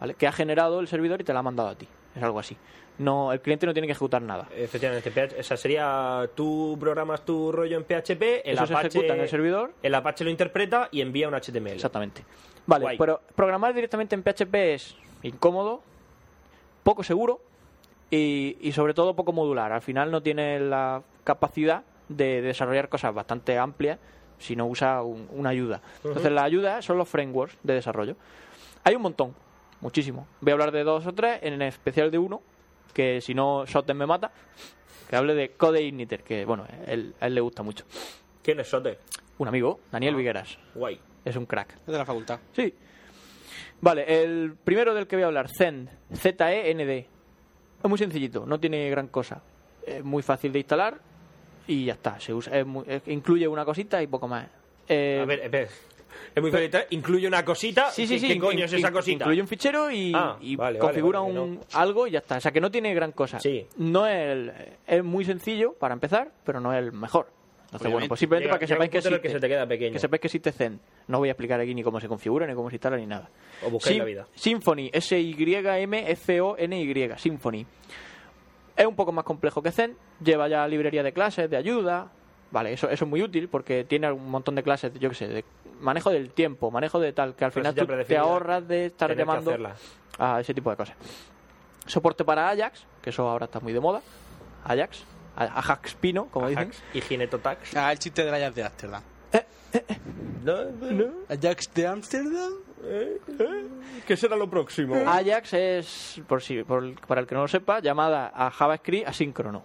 G: ¿vale? Que ha generado el servidor y te la ha mandado a ti. Es algo así. No, el cliente no tiene que ejecutar nada.
I: Efectivamente, PH esa sería tú programas tu rollo en PHP, el
G: Eso se
I: Apache
G: ejecuta en el servidor.
I: el Apache lo interpreta y envía un HTML.
G: Exactamente. Vale,
I: Guay.
G: pero programar directamente en PHP es incómodo, poco seguro y, y sobre todo poco modular. Al final no tiene la capacidad de desarrollar cosas bastante amplias si no usa un- una ayuda. Entonces
I: Ujú.
G: la ayuda son los frameworks de desarrollo. Hay un montón, muchísimo. Voy a hablar de dos o tres, en especial de uno, que si no Shoten me mata, que hable de Code Igniter, que bueno, él- a él le gusta mucho.
I: ¿Quién es Sote?
G: Un amigo,
I: Ah.
G: Daniel Vigueras,
I: Guay.
G: es un crack.
H: Es de la facultad.
G: Sí. Vale, el primero del que voy a hablar, Zend, Z-E-N-D. Es muy sencillito, no tiene gran cosa. Es muy fácil de instalar y ya está. Se usa, es muy- es- incluye una cosita y poco más. Eh,
I: A ver, espera. Es muy feliz. Incluye una cosita.
G: sí, sí,
I: ¿Qué-
G: sí.
I: ¿Qué coño
G: in-
I: es esa
G: in-
I: cosita?
G: Incluye un fichero y,
I: Ah,
G: y
I: vale, vale,
G: configura
I: vale,
G: un, algo y ya está. O sea que no tiene gran cosa.
I: Sí.
G: No es, el- es muy sencillo para empezar, pero no es el mejor. Entonces, bueno,
I: Obviamente.
G: pues simplemente
I: Llega-
G: para que
I: llega
G: sepáis
I: un
G: que
I: punto en el
G: existe.
I: que se te queda pequeño.
G: que sepáis que existe Zen. No voy a explicar aquí ni cómo se configura, ni cómo se instala, ni nada.
I: O buscáis la vida.
G: Symfony, S-Y-M-F-O-N-Y, Symfony. Es un poco más complejo que Zen, lleva ya librería de clases, de ayuda. Vale, eso, eso es muy útil porque tiene un montón de clases, yo qué sé, de manejo del tiempo, manejo de tal, que al
I: Clases
G: final
I: ya
G: tú te
I: predefinidas.
G: ahorras de estar
I: Tener que
G: llamando
I: hacerlas.
G: a ese tipo de cosas. Soporte para Ajax, que eso ahora está muy de moda. Ajax, a- Ajax Pino, como dicen.
I: Y Ginetotax.
H: Ah, el chiste de la Jazz de Ámsterdam.
I: No, no.
H: Ajax de Ámsterdam.
I: ¿Qué será lo próximo?
G: Ajax es, por si, por el- para el que no lo sepa, llamada a JavaScript asíncrono.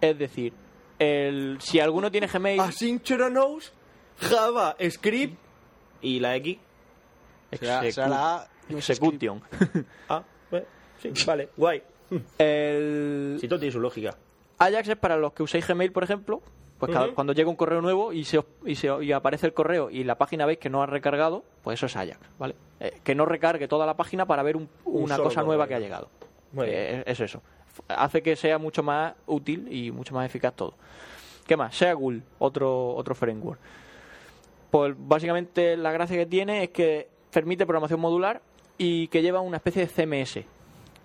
G: Es decir, el, si alguno tiene Gmail,
H: Ah,
I: Asynchronous, Java, Script y la X.
H: Será, será la A. y un script.
G: execution.
I: Ah, bueno, sí, vale, guay.
G: El,
I: Si todo tiene su lógica.
G: Ajax es para los que usáis Gmail, por ejemplo, pues cada-
I: Ujú.
G: cuando llega un correo nuevo y, se, os- y, se os- y aparece el correo y la página veis que no ha recargado, pues eso es Ajax, ¿vale? Eh, que no recargue toda la página para ver un-
I: Un
G: una
I: solo
G: cosa nueva
I: correo.
G: que ha llegado.
I: Muy bien.
G: Eh, es eso. F- Hace que sea mucho más útil y mucho más eficaz todo. ¿Qué más? Sea Ghoul, otro, otro framework. Pues básicamente la gracia que tiene es que permite programación modular y que lleva una especie de CMS,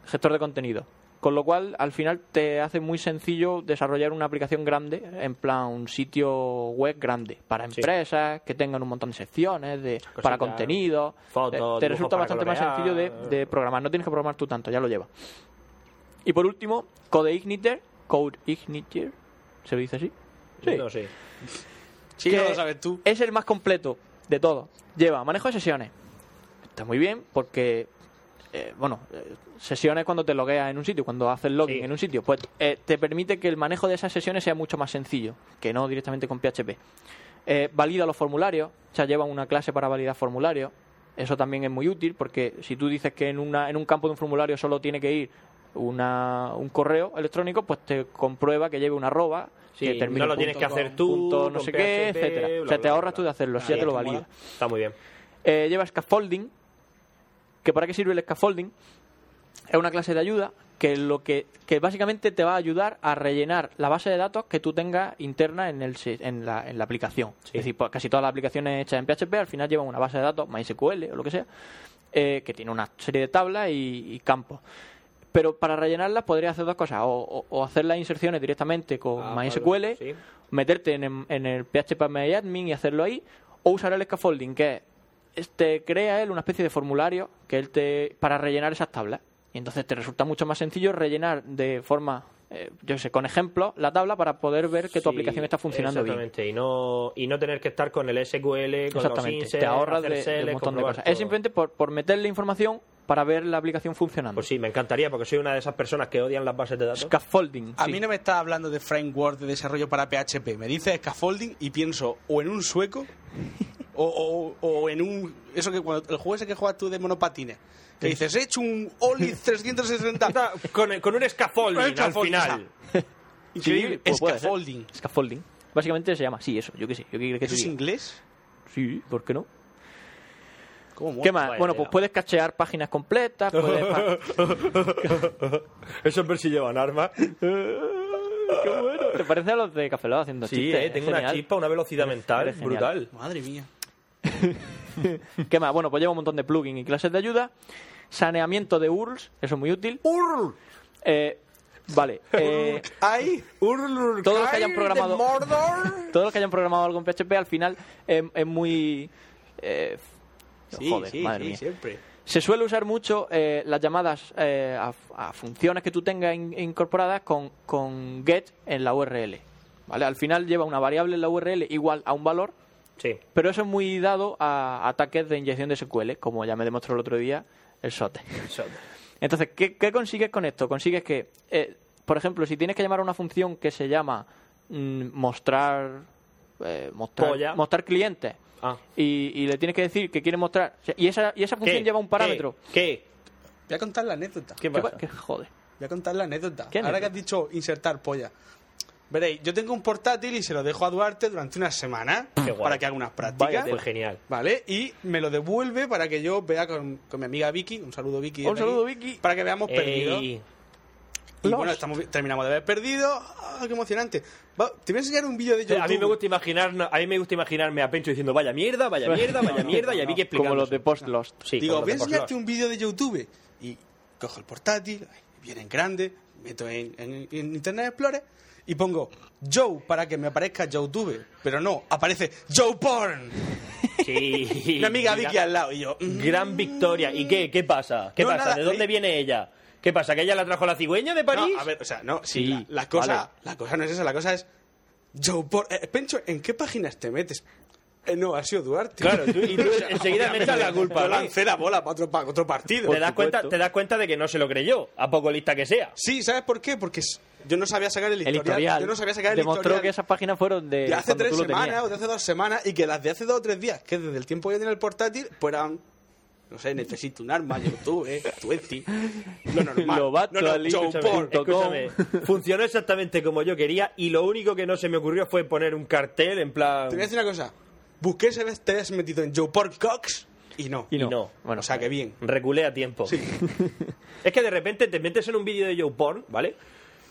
G: gestor de contenido. Con lo cual, al final te hace muy sencillo desarrollar una aplicación grande, en plan un sitio web grande, para
I: Sí.
G: empresas que tengan un montón de secciones, de,
I: Cositas,
G: para contenido.
I: fotos,
G: Eh, te
I: dibujos
G: resulta
I: para
G: bastante más
I: colorear.
G: sencillo de, de programar, no tienes que programar tú tanto, ya lo lleva. Y por último, Code Igniter, Code Igniter, ¿se lo dice así?
I: No, sí.
G: Sí, lo sabes tú. Es el más completo de todo. Lleva manejo de sesiones. Está muy bien porque, eh, bueno, eh, sesiones cuando te logueas en un sitio, cuando haces login en un sitio, pues eh, te permite que el manejo de esas sesiones sea mucho más sencillo que no directamente con PHP. Eh, valida los formularios, o sea, lleva una clase para validar formularios. Eso también es muy útil porque si tú dices que en, una, en un campo de un formulario solo tiene que ir una, un correo electrónico, pues te comprueba que lleve una arroba,
I: Sí,
G: que termine
I: no lo
G: en
I: tienes
G: punto
I: que
G: com,
I: hacer tú,
G: punto no
I: con
G: sé
I: PHP,
G: qué,
I: bla,
G: etcétera. o sea,
I: bla,
G: te
I: bla,
G: ahorras tú de hacerlo, si ya te lo valida.
I: Está muy bien.
G: Eh, lleva scaffolding. ¿Que ¿Para qué sirve el scaffolding? Es una clase de ayuda que lo que, que básicamente te va a ayudar a rellenar la base de datos que tú tengas interna en, el, si- en, la, en la aplicación. Es decir, pues, casi todas las aplicaciones hechas en PHP al final llevan una base de datos, MySQL o lo que sea, eh, que tiene una serie de tablas y, y campos. Pero para rellenarlas podrías hacer dos cosas, o, o- o hacer las inserciones directamente con Ah, MySQL,
I: Ah, Sí.
G: meterte en, el- en el PHP admin y hacerlo ahí, o usar el scaffolding, que es, es- te crea él una especie de formulario que él te para rellenar esas tablas. Y entonces te resulta mucho más sencillo rellenar de forma, eh, yo sé, con ejemplos, la tabla para poder ver que tu
I: Sí,
G: aplicación está funcionando bien.
I: exactamente. Y no, y no tener que estar con el SQL, con los
G: Exactamente,
I: insets,
G: te ahorras
I: hacer
G: de, de
I: seles,
G: un montón de
I: comprobar
G: cosas.
I: todo.
G: Es simplemente por, por meterle información para ver la aplicación funcionando.
I: Pues sí, me encantaría porque soy una de esas personas que odian las bases de datos.
G: Scaffolding.
H: A
G: sí.
H: mí no me estás hablando de framework de desarrollo para PHP. Me dice scaffolding y pienso o en un sueco o, o- o en un. Eso que cuando el juego ese que juegas tú de monopatines. Que dices, he hecho un Oli 360.
I: con, con un scaffolding al final.
H: Increíble.
G: pues puede ser.
H: scaffolding.
G: Scaffolding. Básicamente se llama así, eso, yo qué sé. Yo qué quieres que
H: ¿Eso
G: te
H: es
G: diga.
H: inglés?
G: Sí, ¿por qué no?
H: ¿Cómo
G: ¿Qué más? Bueno, pues puedes cachear páginas completas, puedes... pa-
I: Eso ver si llevan armas.
G: ¡Qué bueno! ¿Te parece a los de Café Lock haciendo
I: Sí,
G: chistes?
I: eh,
G: Es
I: tengo una
G: genial.
I: chispa, una velocidad
G: Eres-
I: mental
G: eres genial.
I: brutal.
H: Madre mía.
G: ¿Qué más? Bueno, pues lleva un montón de plugins y clases de ayuda. Saneamiento de URLs, eso es muy útil.
H: ¡URL!
G: vale. eh,
H: ¡Ay! ¡URL!
G: Todos los que hayan programado-
H: De Mordor.
G: todos los que hayan programado algo en PHP, al final em- es muy... eh,
H: Sí,
G: joder,
H: sí,
G: madre
H: sí,
G: mía.
H: siempre.
G: Se suele usar mucho eh, las llamadas eh, a, a funciones que tú tengas in- incorporadas con, con get en la URL. ¿Vale? Al final lleva una variable en la URL igual a un valor,
I: Sí.
G: pero eso es muy dado a ataques de inyección de SQL, como ya me demostró el otro día el SOTE. Entonces, ¿qué, qué consigues con esto? Consigues que, eh, por ejemplo, si tienes que llamar a una función que se llama mm, mostrar,
I: Polla.
G: eh, mostrar, mostrar clientes
I: Ah.
G: y, y le tienes que decir que quiere mostrar, o sea, y esa, y esa función lleva un parámetro.
I: ¿Qué?
H: Voy a contar la anécdota.
I: ¿Qué pasa?
G: ¿Qué, joder.
H: Voy a contar la anécdota.
G: ¿Qué
H: Ahora
G: anécdota?
H: que has dicho insertar polla. Veréis, yo tengo un portátil y se lo dejo a Duarte durante una semana
I: guay.
H: para que haga unas
I: Vaya,
H: prácticas.
G: pues
I: fue genial.
H: ¿Vale? Y me lo devuelve para que yo vea con, con mi amiga Vicky. Un saludo, Vicky.
G: Un
H: desde
G: saludo,
H: aquí,
G: Vicky.
H: Para que veamos perdido.
I: Ey,
H: Y
G: Lost.
H: bueno, estamos- terminamos de ver perdido. Ah, ¡Qué emocionante! Va, te voy a enseñar un vídeo de YouTube.
I: a mí me gusta imaginar, a mí me gusta imaginarme a Pencho diciendo vaya mierda, vaya mierda, vaya mierda y a Vicky explicando. Ah,
G: Como los de Postlost.
I: Sí,
H: Digo,
I: como los
H: voy a
I: de Postlost.
H: enseñarte un vídeo de YouTube. Y cojo el portátil, viene en grande, meto en, en- en Internet Explorer y pongo Joe para que me aparezca YouTube. Pero no, aparece Joe Porn.
I: Sí.
H: Mi
I: Mira,
H: amiga Vicky al lado y yo. mm,
I: Gran victoria. ¿Y qué? ¿Qué pasa? ¿Qué
H: No,
I: pasa?
H: nada,
I: ¿De dónde
H: eh.
I: viene ella? ¿Qué pasa? ¿Que ella la trajo la cigüeña de París?
H: No, a ver, o sea, no,
G: Sí,
H: sí, la, la cosa,
G: vale.
H: la cosa no es esa, la cosa es Joe Porn. Eh, Pencho, ¿en qué páginas te metes? Eh, no, ha sido Duarte.
I: Claro, tú- y tú
H: O sea,
I: enseguida me echas la culpa,
H: Yo
I: ¿vale?
H: lancé la bola para otro, pa' otro partido.
I: ¿Te das, cuenta, te das cuenta de que no se lo creyó, a poco lista que sea.
H: Sí, ¿sabes por qué? Porque s- yo no sabía sacar
G: El
H: el historial.
G: historial.
H: Yo no sabía sacar el
G: demostró
H: historial.
G: que esas páginas fueron de,
H: de hace
G: cuando
H: tres
G: tú lo tenías.
H: semanas o de hace dos semanas y que las de hace dos o tres días, que desde el tiempo que yo tenía el portátil, fueran, no sé, necesito un arma, eh, YouTube, Twenty, lo normal.
G: Lo va
H: no, no,
G: actualiz-
H: Joe
I: Escúchame,
H: Porn.
G: punto com.
I: escúchame, funcionó exactamente como yo quería y lo único que no se me ocurrió fue poner un cartel en plan...
H: Te voy a decir una cosa. Busqué ese vez te has metido en Joe Porn Cox y no.
G: Y no.
I: no.
G: Bueno,
H: o sea, que bien.
I: Reculé a tiempo.
H: Sí.
I: Es que de repente te metes en un vídeo de Joe Porn, ¿vale?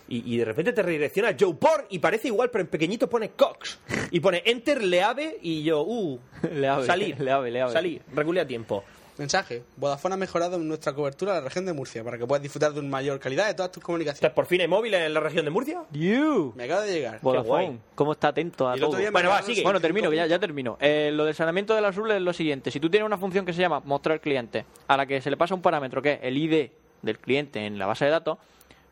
I: Y, y de repente te redirecciona a Joe Porn y parece igual, pero en pequeñito pone Cox. Y pone Enter, le ave y yo, uh,
G: Le ave,
I: salir,
G: le ave, le ave.
I: salir, reculé a tiempo.
H: Mensaje. Vodafone ha mejorado nuestra cobertura en la región de Murcia para que puedas disfrutar de una mayor calidad de todas tus
I: ¿Estás
H: comunicaciones.
I: por fin en móvil en la región de Murcia?
G: You.
H: Me acaba de llegar.
I: guay.
G: Vodafone, ¿cómo está atento a
H: Y el otro
G: todo?
H: día me
I: Bueno, va,
H: regalaron
I: sigue.
G: Bueno, termino, que ya, ya termino. Eh, lo del saneamiento de las URL es lo siguiente. Si tú tienes una función que se llama mostrar cliente, a la que se le pasa un parámetro que es el ID del cliente en la base de datos,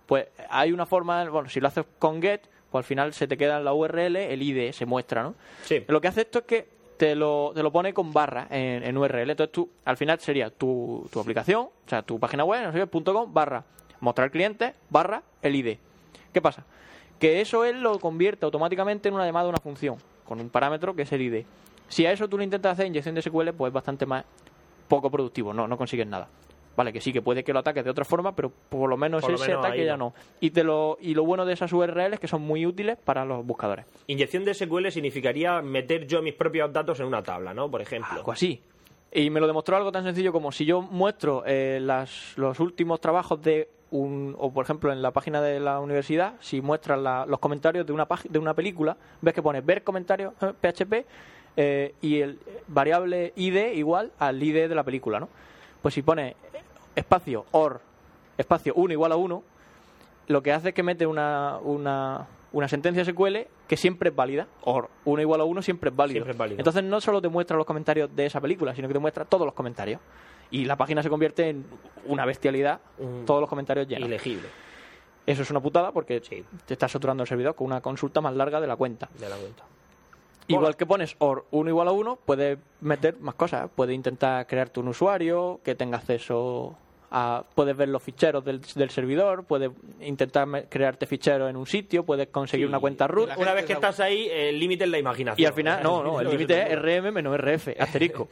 G: Pues hay una forma, bueno, si lo haces con get, pues al final se te queda en la URL, el ID se muestra, ¿no?
I: Sí.
G: Lo que hace esto es que te lo, te lo pone con barra en, en URL. Entonces tú, al final sería tu, tu aplicación, o sea, tu página web, no sé qué, punto com, barra, mostrar clientes, barra, el ID. ¿Qué pasa? Que eso él lo convierte automáticamente en una llamada a una función, con un parámetro que es el ID. Si a eso tú lo intentas hacer inyección de SQL, pues es bastante más poco productivo, no, no consigues nada. Vale, que sí, que puede que lo ataques de otra forma, pero por lo menos
I: Por lo
G: ese
I: menos
G: ataque
I: ahí
G: ya
I: no.
G: no. Y, te lo, y lo bueno de esas URLs es que son muy útiles para los buscadores.
I: Inyección de SQL significaría meter yo mis propios datos en una tabla, ¿no? Por ejemplo.
G: Algo así. Y me lo demostró algo tan sencillo como si yo muestro eh, las- los últimos trabajos de un, o por ejemplo en la página de la universidad, si muestras la- los comentarios de una, pag- de una película, ves que pone ver comentarios eh, PHP eh, y el variable ID igual al ID de la película, ¿no? Pues si pone espacio or espacio 1 igual a 1, lo que hace es que mete una, una, una sentencia SQL que siempre es válida. Or 1 igual a 1 siempre es válido.
I: Siempre es válido.
G: Entonces no solo te muestra los comentarios de esa película, sino que te muestra todos los comentarios. Y la página se convierte en una bestialidad,
I: Un-
G: todos los comentarios llenos.
I: Ilegible.
G: Eso es una putada porque te estás saturando el servidor con una consulta más larga de la cuenta.
I: De la cuenta.
G: Igual que pones OR 1 igual a 1, puedes meter más cosas. Puedes intentar crearte un usuario que tenga acceso a... Puedes ver los ficheros del, del servidor, puedes intentar me- crearte ficheros en un sitio, puedes conseguir una cuenta root.
I: Una vez que estás ahí, el límite es la imaginación.
G: Y al final, no, no, el límite es
I: es
G: RM menos RF, asterisco.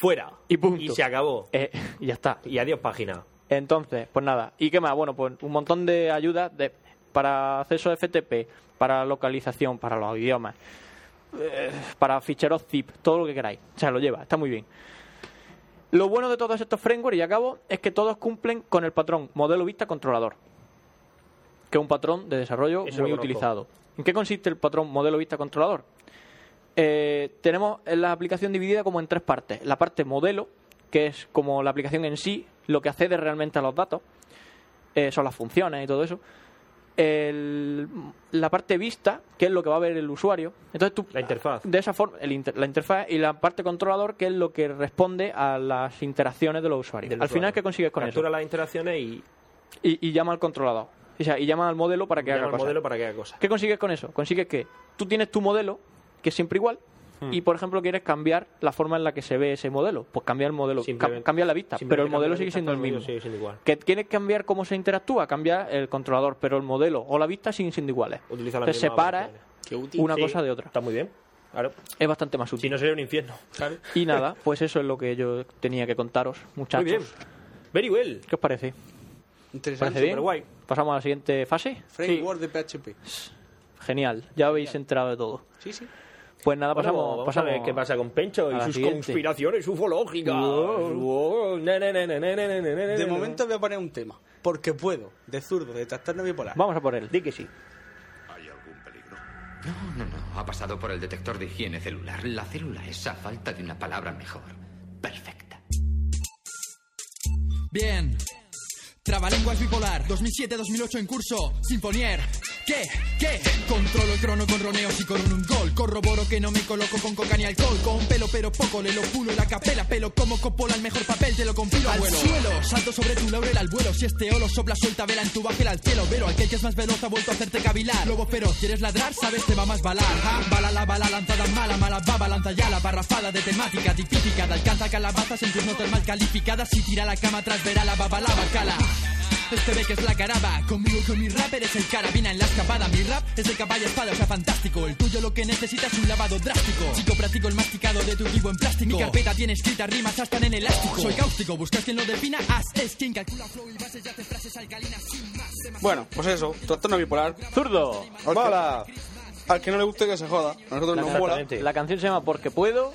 I: fuera.
G: Y punto.
I: Y se acabó.
G: Eh, y ya está.
I: Y adiós página.
G: Entonces, pues nada. ¿Y qué más? Bueno, pues un montón de ayudas de, para acceso FTP, para localización, para los idiomas, eh, para ficheros zip, todo lo que queráis. O sea, lo lleva, está muy bien. Lo bueno de todos estos frameworks, y acabo, es que todos cumplen con el patrón modelo vista controlador, que es un patrón de desarrollo
I: Eso lo
G: muy
I: conozco.
G: utilizado. ¿En qué consiste el patrón modelo vista controlador? Eh, tenemos la aplicación dividida como en tres partes. La parte modelo, que es como la aplicación en sí, lo que accede realmente a los datos, eh, son las funciones y todo eso. El- la parte vista, que es lo que va a ver el usuario. Entonces tú, la interfaz. De esa forma, el inter- la interfaz y la parte controlador, que es lo que responde a las interacciones de los usuarios.
I: Del
G: al final,
I: usuario.
G: ¿qué consigues con
I: Captura
G: eso?
I: las interacciones y
G: Y, y llama al controlador. O sea, y llama al modelo para que
I: llama
G: haga
I: al
G: cosas.
I: modelo para que haga cosas.
G: ¿Qué consigues con eso? Consigues que tú tienes tu modelo, que es siempre igual,
I: Hmm.
G: y por ejemplo quieres cambiar la forma en la que se ve ese modelo. Pues cambia el modelo,
I: Simplemente-
G: ca- cambia la vista,
I: simplemente
G: pero el modelo
I: cambiar
G: sigue
I: la
G: siendo el
I: vista, pero
G: mismo.
I: el modelo sigue siendo igual.
G: Que tienes que cambiar cómo se interactúa, cambia el controlador, pero el modelo o la vista siguen siendo iguales.
I: utiliza la
G: Te
I: misma
G: separa
I: variable.
G: una
I: Sí,
G: cosa de otra.
I: Está muy bien. Claro.
G: Es bastante más útil.
I: Si no sería un infierno. ¿sabes?
G: Y nada, pues eso es lo que yo tenía que contaros, muchachos.
I: Muy bien. Very well.
G: ¿Qué os parece?
H: Interesante.
G: ¿Parece bien?
H: Superguay.
G: ¿Pasamos a la siguiente fase?
H: Framework de PHP.
G: Genial, ya habéis entrado de todo.
H: Sí, sí.
G: Pues nada,
I: Bueno,
G: pasamos,
I: vamos
G: pasamos
I: a ver qué pasa con Pencho
G: a
I: y
G: la
I: sus
G: siguiente.
I: conspiraciones ufológicas.
H: Wow.
I: Wow. Na, na, na, na, na, na, na, na, na,
H: De
I: na.
H: momento voy a poner un tema. Porque puedo. De zurdo, de trastorno bipolar.
G: Vamos a por él.
I: Di que sí.
P: ¿Hay algún peligro? No, no, no. Ha pasado por el detector de higiene celular. La célula es a falta de una palabra mejor. Perfecta.
O: Bien. Trabalenguas bipolar, 2007-2008 en curso, Sinfonier. ¿Qué? ¿Qué? Controlo el crono con roneos y con un gol. Corroboro que no me coloco con coca ni alcohol. Con pelo pero poco, le lo pulo la capela. Pelo como copola, el mejor papel, te lo compilo. Al
Q: Abuelo.
O: suelo, salto sobre tu laurel al vuelo. Si este olo sopla, suelta vela en tu bajera al cielo. Vero, al que es más veloz ha vuelto a hacerte cavilar. Lobo feroz, ¿quieres ladrar? Sabes, te va más balar. ¿ja? Bala la bala, lanzada mala, mala baba, lanza ya la barrafada de temática tipificada. Alcanza calabazas en tus notas mal calificadas. Si tira la cama tras verá la baba, la bacala. Este ve que es la caraba, conmigo y con mi rap eres el carabina en la escapada. Mi rap es el caballo espada, o sea, fantástico. El tuyo lo que necesita es un lavado drástico. Chico, practico el masticado de tu equipo en plástico. Mi carpeta tiene escritas rimas hasta en elástico. Soy cáustico, buscas quien lo defina, haz es quien calcula flow y bases y hace frases alcalinas sin más.
H: Bueno, pues eso. Trastorno bipolar.
G: ¡Zurdo!
H: ¡Hola! Al que no le guste que se joda. A nosotros nos mola.
G: Exactamente. La canción se llama Porque Puedo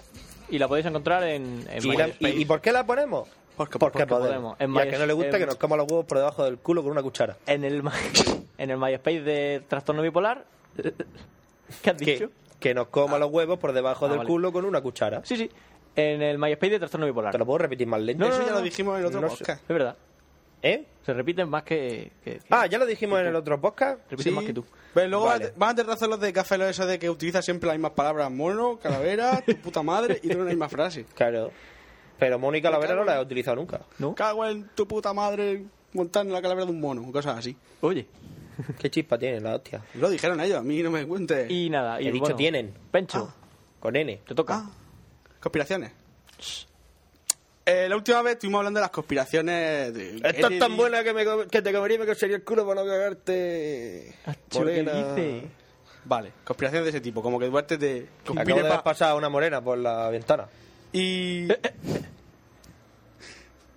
G: y la podéis encontrar en, en
R: ¿Y, la- y-
G: MySpace.
R: y por qué la ponemos?
H: Pues
R: Porque, podemos.
G: podemos. En
R: Y al
G: My-
R: que no le gusta
G: en-
R: que nos coma los huevos por debajo del culo con una cuchara.
G: En el, My- en el MySpace de Trastorno Bipolar. ¿Qué has dicho?
R: Que nos coma los huevos por debajo
G: Ah,
R: del
G: vale.
R: culo con una cuchara.
G: Sí, sí. En el MySpace de Trastorno Bipolar. ¿Te
R: lo puedo repetir más lento?
H: Eso ya lo dijimos en el otro
R: no sé.
H: podcast.
G: Es verdad.
R: ¿Eh?
G: Se repiten más que. que- que-
R: Ah, ya lo dijimos en el otro podcast.
G: Repite más que tú.
H: Pero luego van a tener razón los de Café Lock, eso de que utiliza siempre las mismas palabras. Mono, calavera, tu puta madre y tú la misma frase.
R: Claro. Pero Mónica Lavera no la he utilizado nunca.
H: Cago en tu puta madre. montar en la calavera de un mono, cosas así.
G: Oye.
R: Qué chispa tiene la hostia.
H: Lo dijeron ellos, a mí no me cuentes.
G: Y nada, y
R: He dicho
G: bueno,
R: tienen. Ah.
G: Pencho.
R: Con N.
G: Te toca.
H: Ah, Conspiraciones. Eh, la última vez estuvimos hablando de las conspiraciones de...
R: Esta es tan buena que, me co- que te comería y me cosería el culo para no cagarte. Morena.
H: Vale, conspiraciones de ese tipo, como que Duarte te
R: Acabo
H: conspire
R: de
H: pa-
R: ver pasar a una morena por la ventana.
H: Y...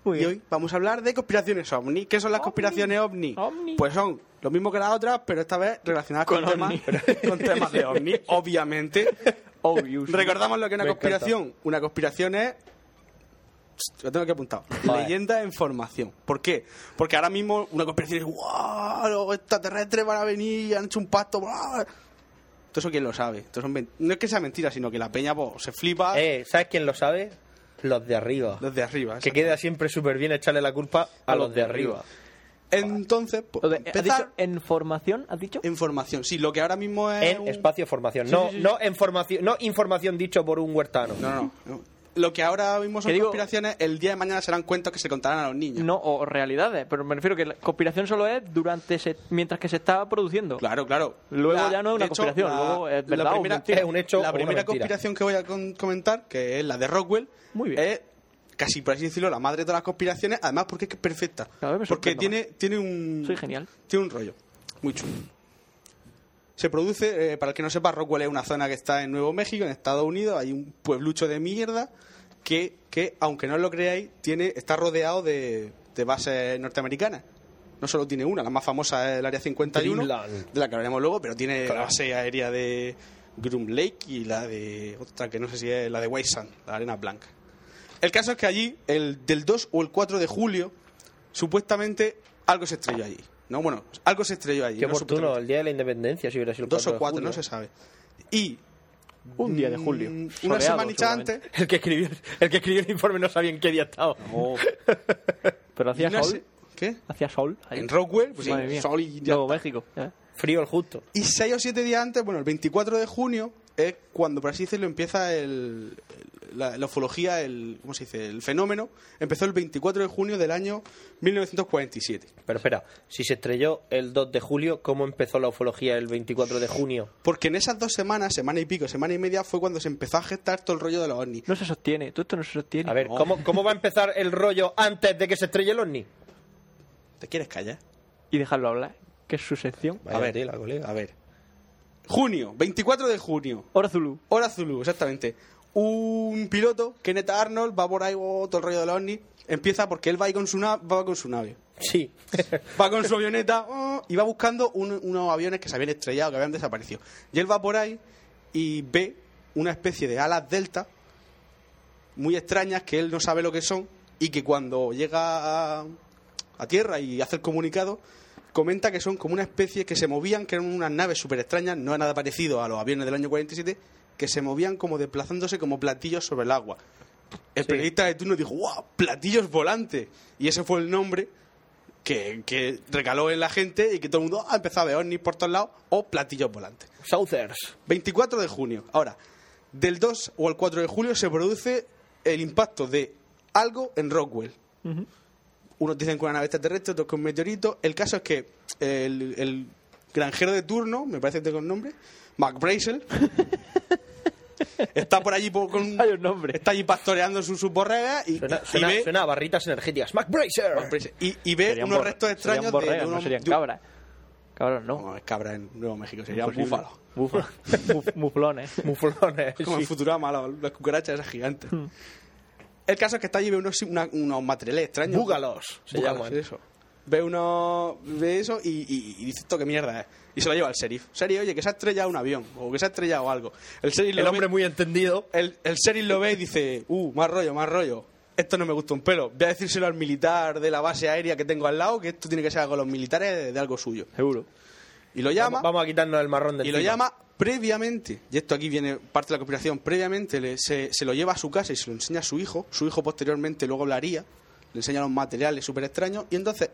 H: y hoy vamos a hablar de conspiraciones ovni. ¿Qué son las conspiraciones ovni? Pues son lo mismo que las otras, pero esta vez relacionadas con,
G: Con
H: temas, con temas de ovni, obviamente. Recordamos lo que es una
G: Me
H: conspiración. Una conspiración es... Psst, Lo tengo que apuntar. Leyenda en formación. ¿Por qué? Porque ahora mismo una conspiración es ¡Wow! Los extraterrestres van a venir y han hecho un pacto. ¡guau!". Todo eso quién lo sabe. Todo son men- no es que sea mentira, sino que la peña pues, se flipa.
R: Eh, ¿sabes quién lo sabe? Los de arriba.
H: Los de arriba.
R: Que queda siempre súper bien echarle la culpa a, los de arriba.
H: Entonces, pues,
R: ¿has dicho
G: ¿En formación has dicho?
R: Eh,
H: En formación, sí, lo que ahora mismo es...
R: En
H: Eh, un-
R: espacio formación.
H: Sí,
R: No,
H: sí, sí.
R: no en formación, no información dicho por un huertano.
H: No, no. Lo que ahora mismo son
G: Que digo-
H: conspiraciones, el día de mañana serán cuentos que se contarán a los niños.
G: No, o realidades, pero me refiero que la conspiración solo es durante ese, mientras que se está produciendo.
H: Claro, claro.
G: Luego
H: La-
G: ya no es una
H: de hecho,
G: conspiración,
H: la-
G: luego es
H: la
G: verdad o
H: primera-
G: mentira.
H: La primera conspiración que voy a con- comentar, que es la de Rockwell, es casi, por así decirlo, la madre de todas las conspiraciones, además porque es que es perfecta. porque tiene, tiene un...
G: Soy genial.
H: Tiene un rollo. Muy chulo. Se produce, eh, para el que no sepa, Rockwell es una zona que está en Nuevo México, en Estados Unidos. Hay un pueblucho de mierda que, que aunque no lo creáis, tiene está rodeado de, de bases norteamericanas. No solo tiene una, la más famosa es el Área 51,
R: Dreamland.
H: de la que hablaremos luego, pero tiene
R: Claro.
H: la base aérea de Groom Lake y la de otra que no sé si es la de White Sand, la arena blanca. El caso es que allí, el del 2 o el 4 de julio, supuestamente algo se estrelló allí. No, bueno, algo se estrelló allí.
R: Qué
H: no
R: oportuno, el día de la independencia, si hubiera sido el
H: Dos o
R: 4 de
H: cuatro,
R: julio.
H: no se sabe. Y.
G: Un día de julio.
H: Una
R: Soleado,
H: semanita
R: seguramente.
H: antes.
R: El que, escribió, el que escribió el informe no sabía en qué día estaba.
G: Pero hacía
H: Una
G: sol.
H: se- ¿Qué?
G: Hacía sol. ahí.
H: En Rockwell, pues sí,
G: Madre mía.
H: sol y ya
G: Nuevo México. ¿eh?
R: Frío el justo.
H: Y seis o siete días antes, bueno, el 24 de junio, es cuando, por así decirlo, empieza el, la, la ufología, el, ¿cómo se dice? El fenómeno. Empezó el 24 de junio del año 1947.
R: Pero espera, si se estrelló el 2 de julio, ¿cómo empezó la ufología el 24 de junio?
H: Porque en esas dos semanas, semana y pico, semana y media, fue cuando se empezó a gestar todo el rollo de los ovnis.
G: No se sostiene, todo esto no se sostiene.
R: A ver, ¿cómo, ¿cómo va a empezar el rollo antes de que se estrelle el ovni?
H: ¿Te quieres callar?
G: Y dejarlo hablar, que es su sección.
H: a ver, a ver. Junio, 24 de junio.
G: Hora Zulu.
H: Hora Zulu, exactamente. Un piloto, Kenneth Arnold, va por ahí oh, todo el rollo de los ovnis. Empieza porque él va ahí con su, na- va con su nave.
R: Sí.
H: va con su avioneta oh, y va buscando un- unos aviones que se habían estrellado, que habían desaparecido. Y él va por ahí y ve una especie de alas delta muy extrañas que él no sabe lo que son y que cuando llega a, a tierra y hace el comunicado comenta que son como una especie que se movían, que eran unas naves súper extrañas, no era nada parecido a los aviones del año 47, que se movían como desplazándose como platillos sobre el agua. El periodista de turno dijo, ¡guau! ¡Platillos volantes! Y ese fue el nombre que, que recaló en la gente y que todo el mundo ah, empezó a ver ovnis por todos lados o platillos volantes.
R: Southers.
H: 24 de junio. Ahora, del 2 o al 4 de julio se produce el impacto de algo en Rockwell. Unos dicen que una nave extraterrestre, otros que un meteorito. El caso es que el, el granjero de turno, me parece que tengo el nombre, Mac Brazel, está por allí por- con... Está allí pastoreando su, su borrega y,
R: Suena,
H: y
R: suena-
H: ve
R: suena a barritas energéticas. ¡Mac Bracer!
H: y, y ve
R: Serían
H: unos
R: bor-
H: restos extraños
R: serían borregas,
H: de, de
R: no
H: unos-
R: serían
H: de-
G: cabras. Cabras no.
H: No, es cabra en Nuevo México, sería
G: Imposible.
H: búfalo.
G: Búfalo. Muf- Muflones.
R: Muflones.
H: Como en Futurama, la- las cucarachas esas gigantes.
R: Hmm.
H: El caso es que está allí y ve unos, una- unos materiales extraños.
R: Búgalos, se
H: Búgalos,
R: llaman.
H: eso. Ve uno ve eso y, y- y dice esto que mierda es. Y se lo lleva al sheriff. Sheriff, oye, que se ha estrellado un avión o que se ha estrellado algo. El, sheriff
R: El hombre muy entendido.
H: El, el sheriff lo ve y dice, uh, más rollo, más rollo. Esto no me gusta un pelo. Voy a decírselo al militar de la base aérea que tengo al lado, que esto tiene que ser algo de los militares de, de algo suyo.
G: Seguro.
H: Y lo llama.
R: Vamos, vamos a quitarnos el marrón del
H: Y lo llama previamente, y esto aquí viene parte de la conspiración, previamente le- se, se lo lleva a su casa y se lo enseña a su hijo, su hijo posteriormente luego hablaría, le enseña los materiales súper extraños, y entonces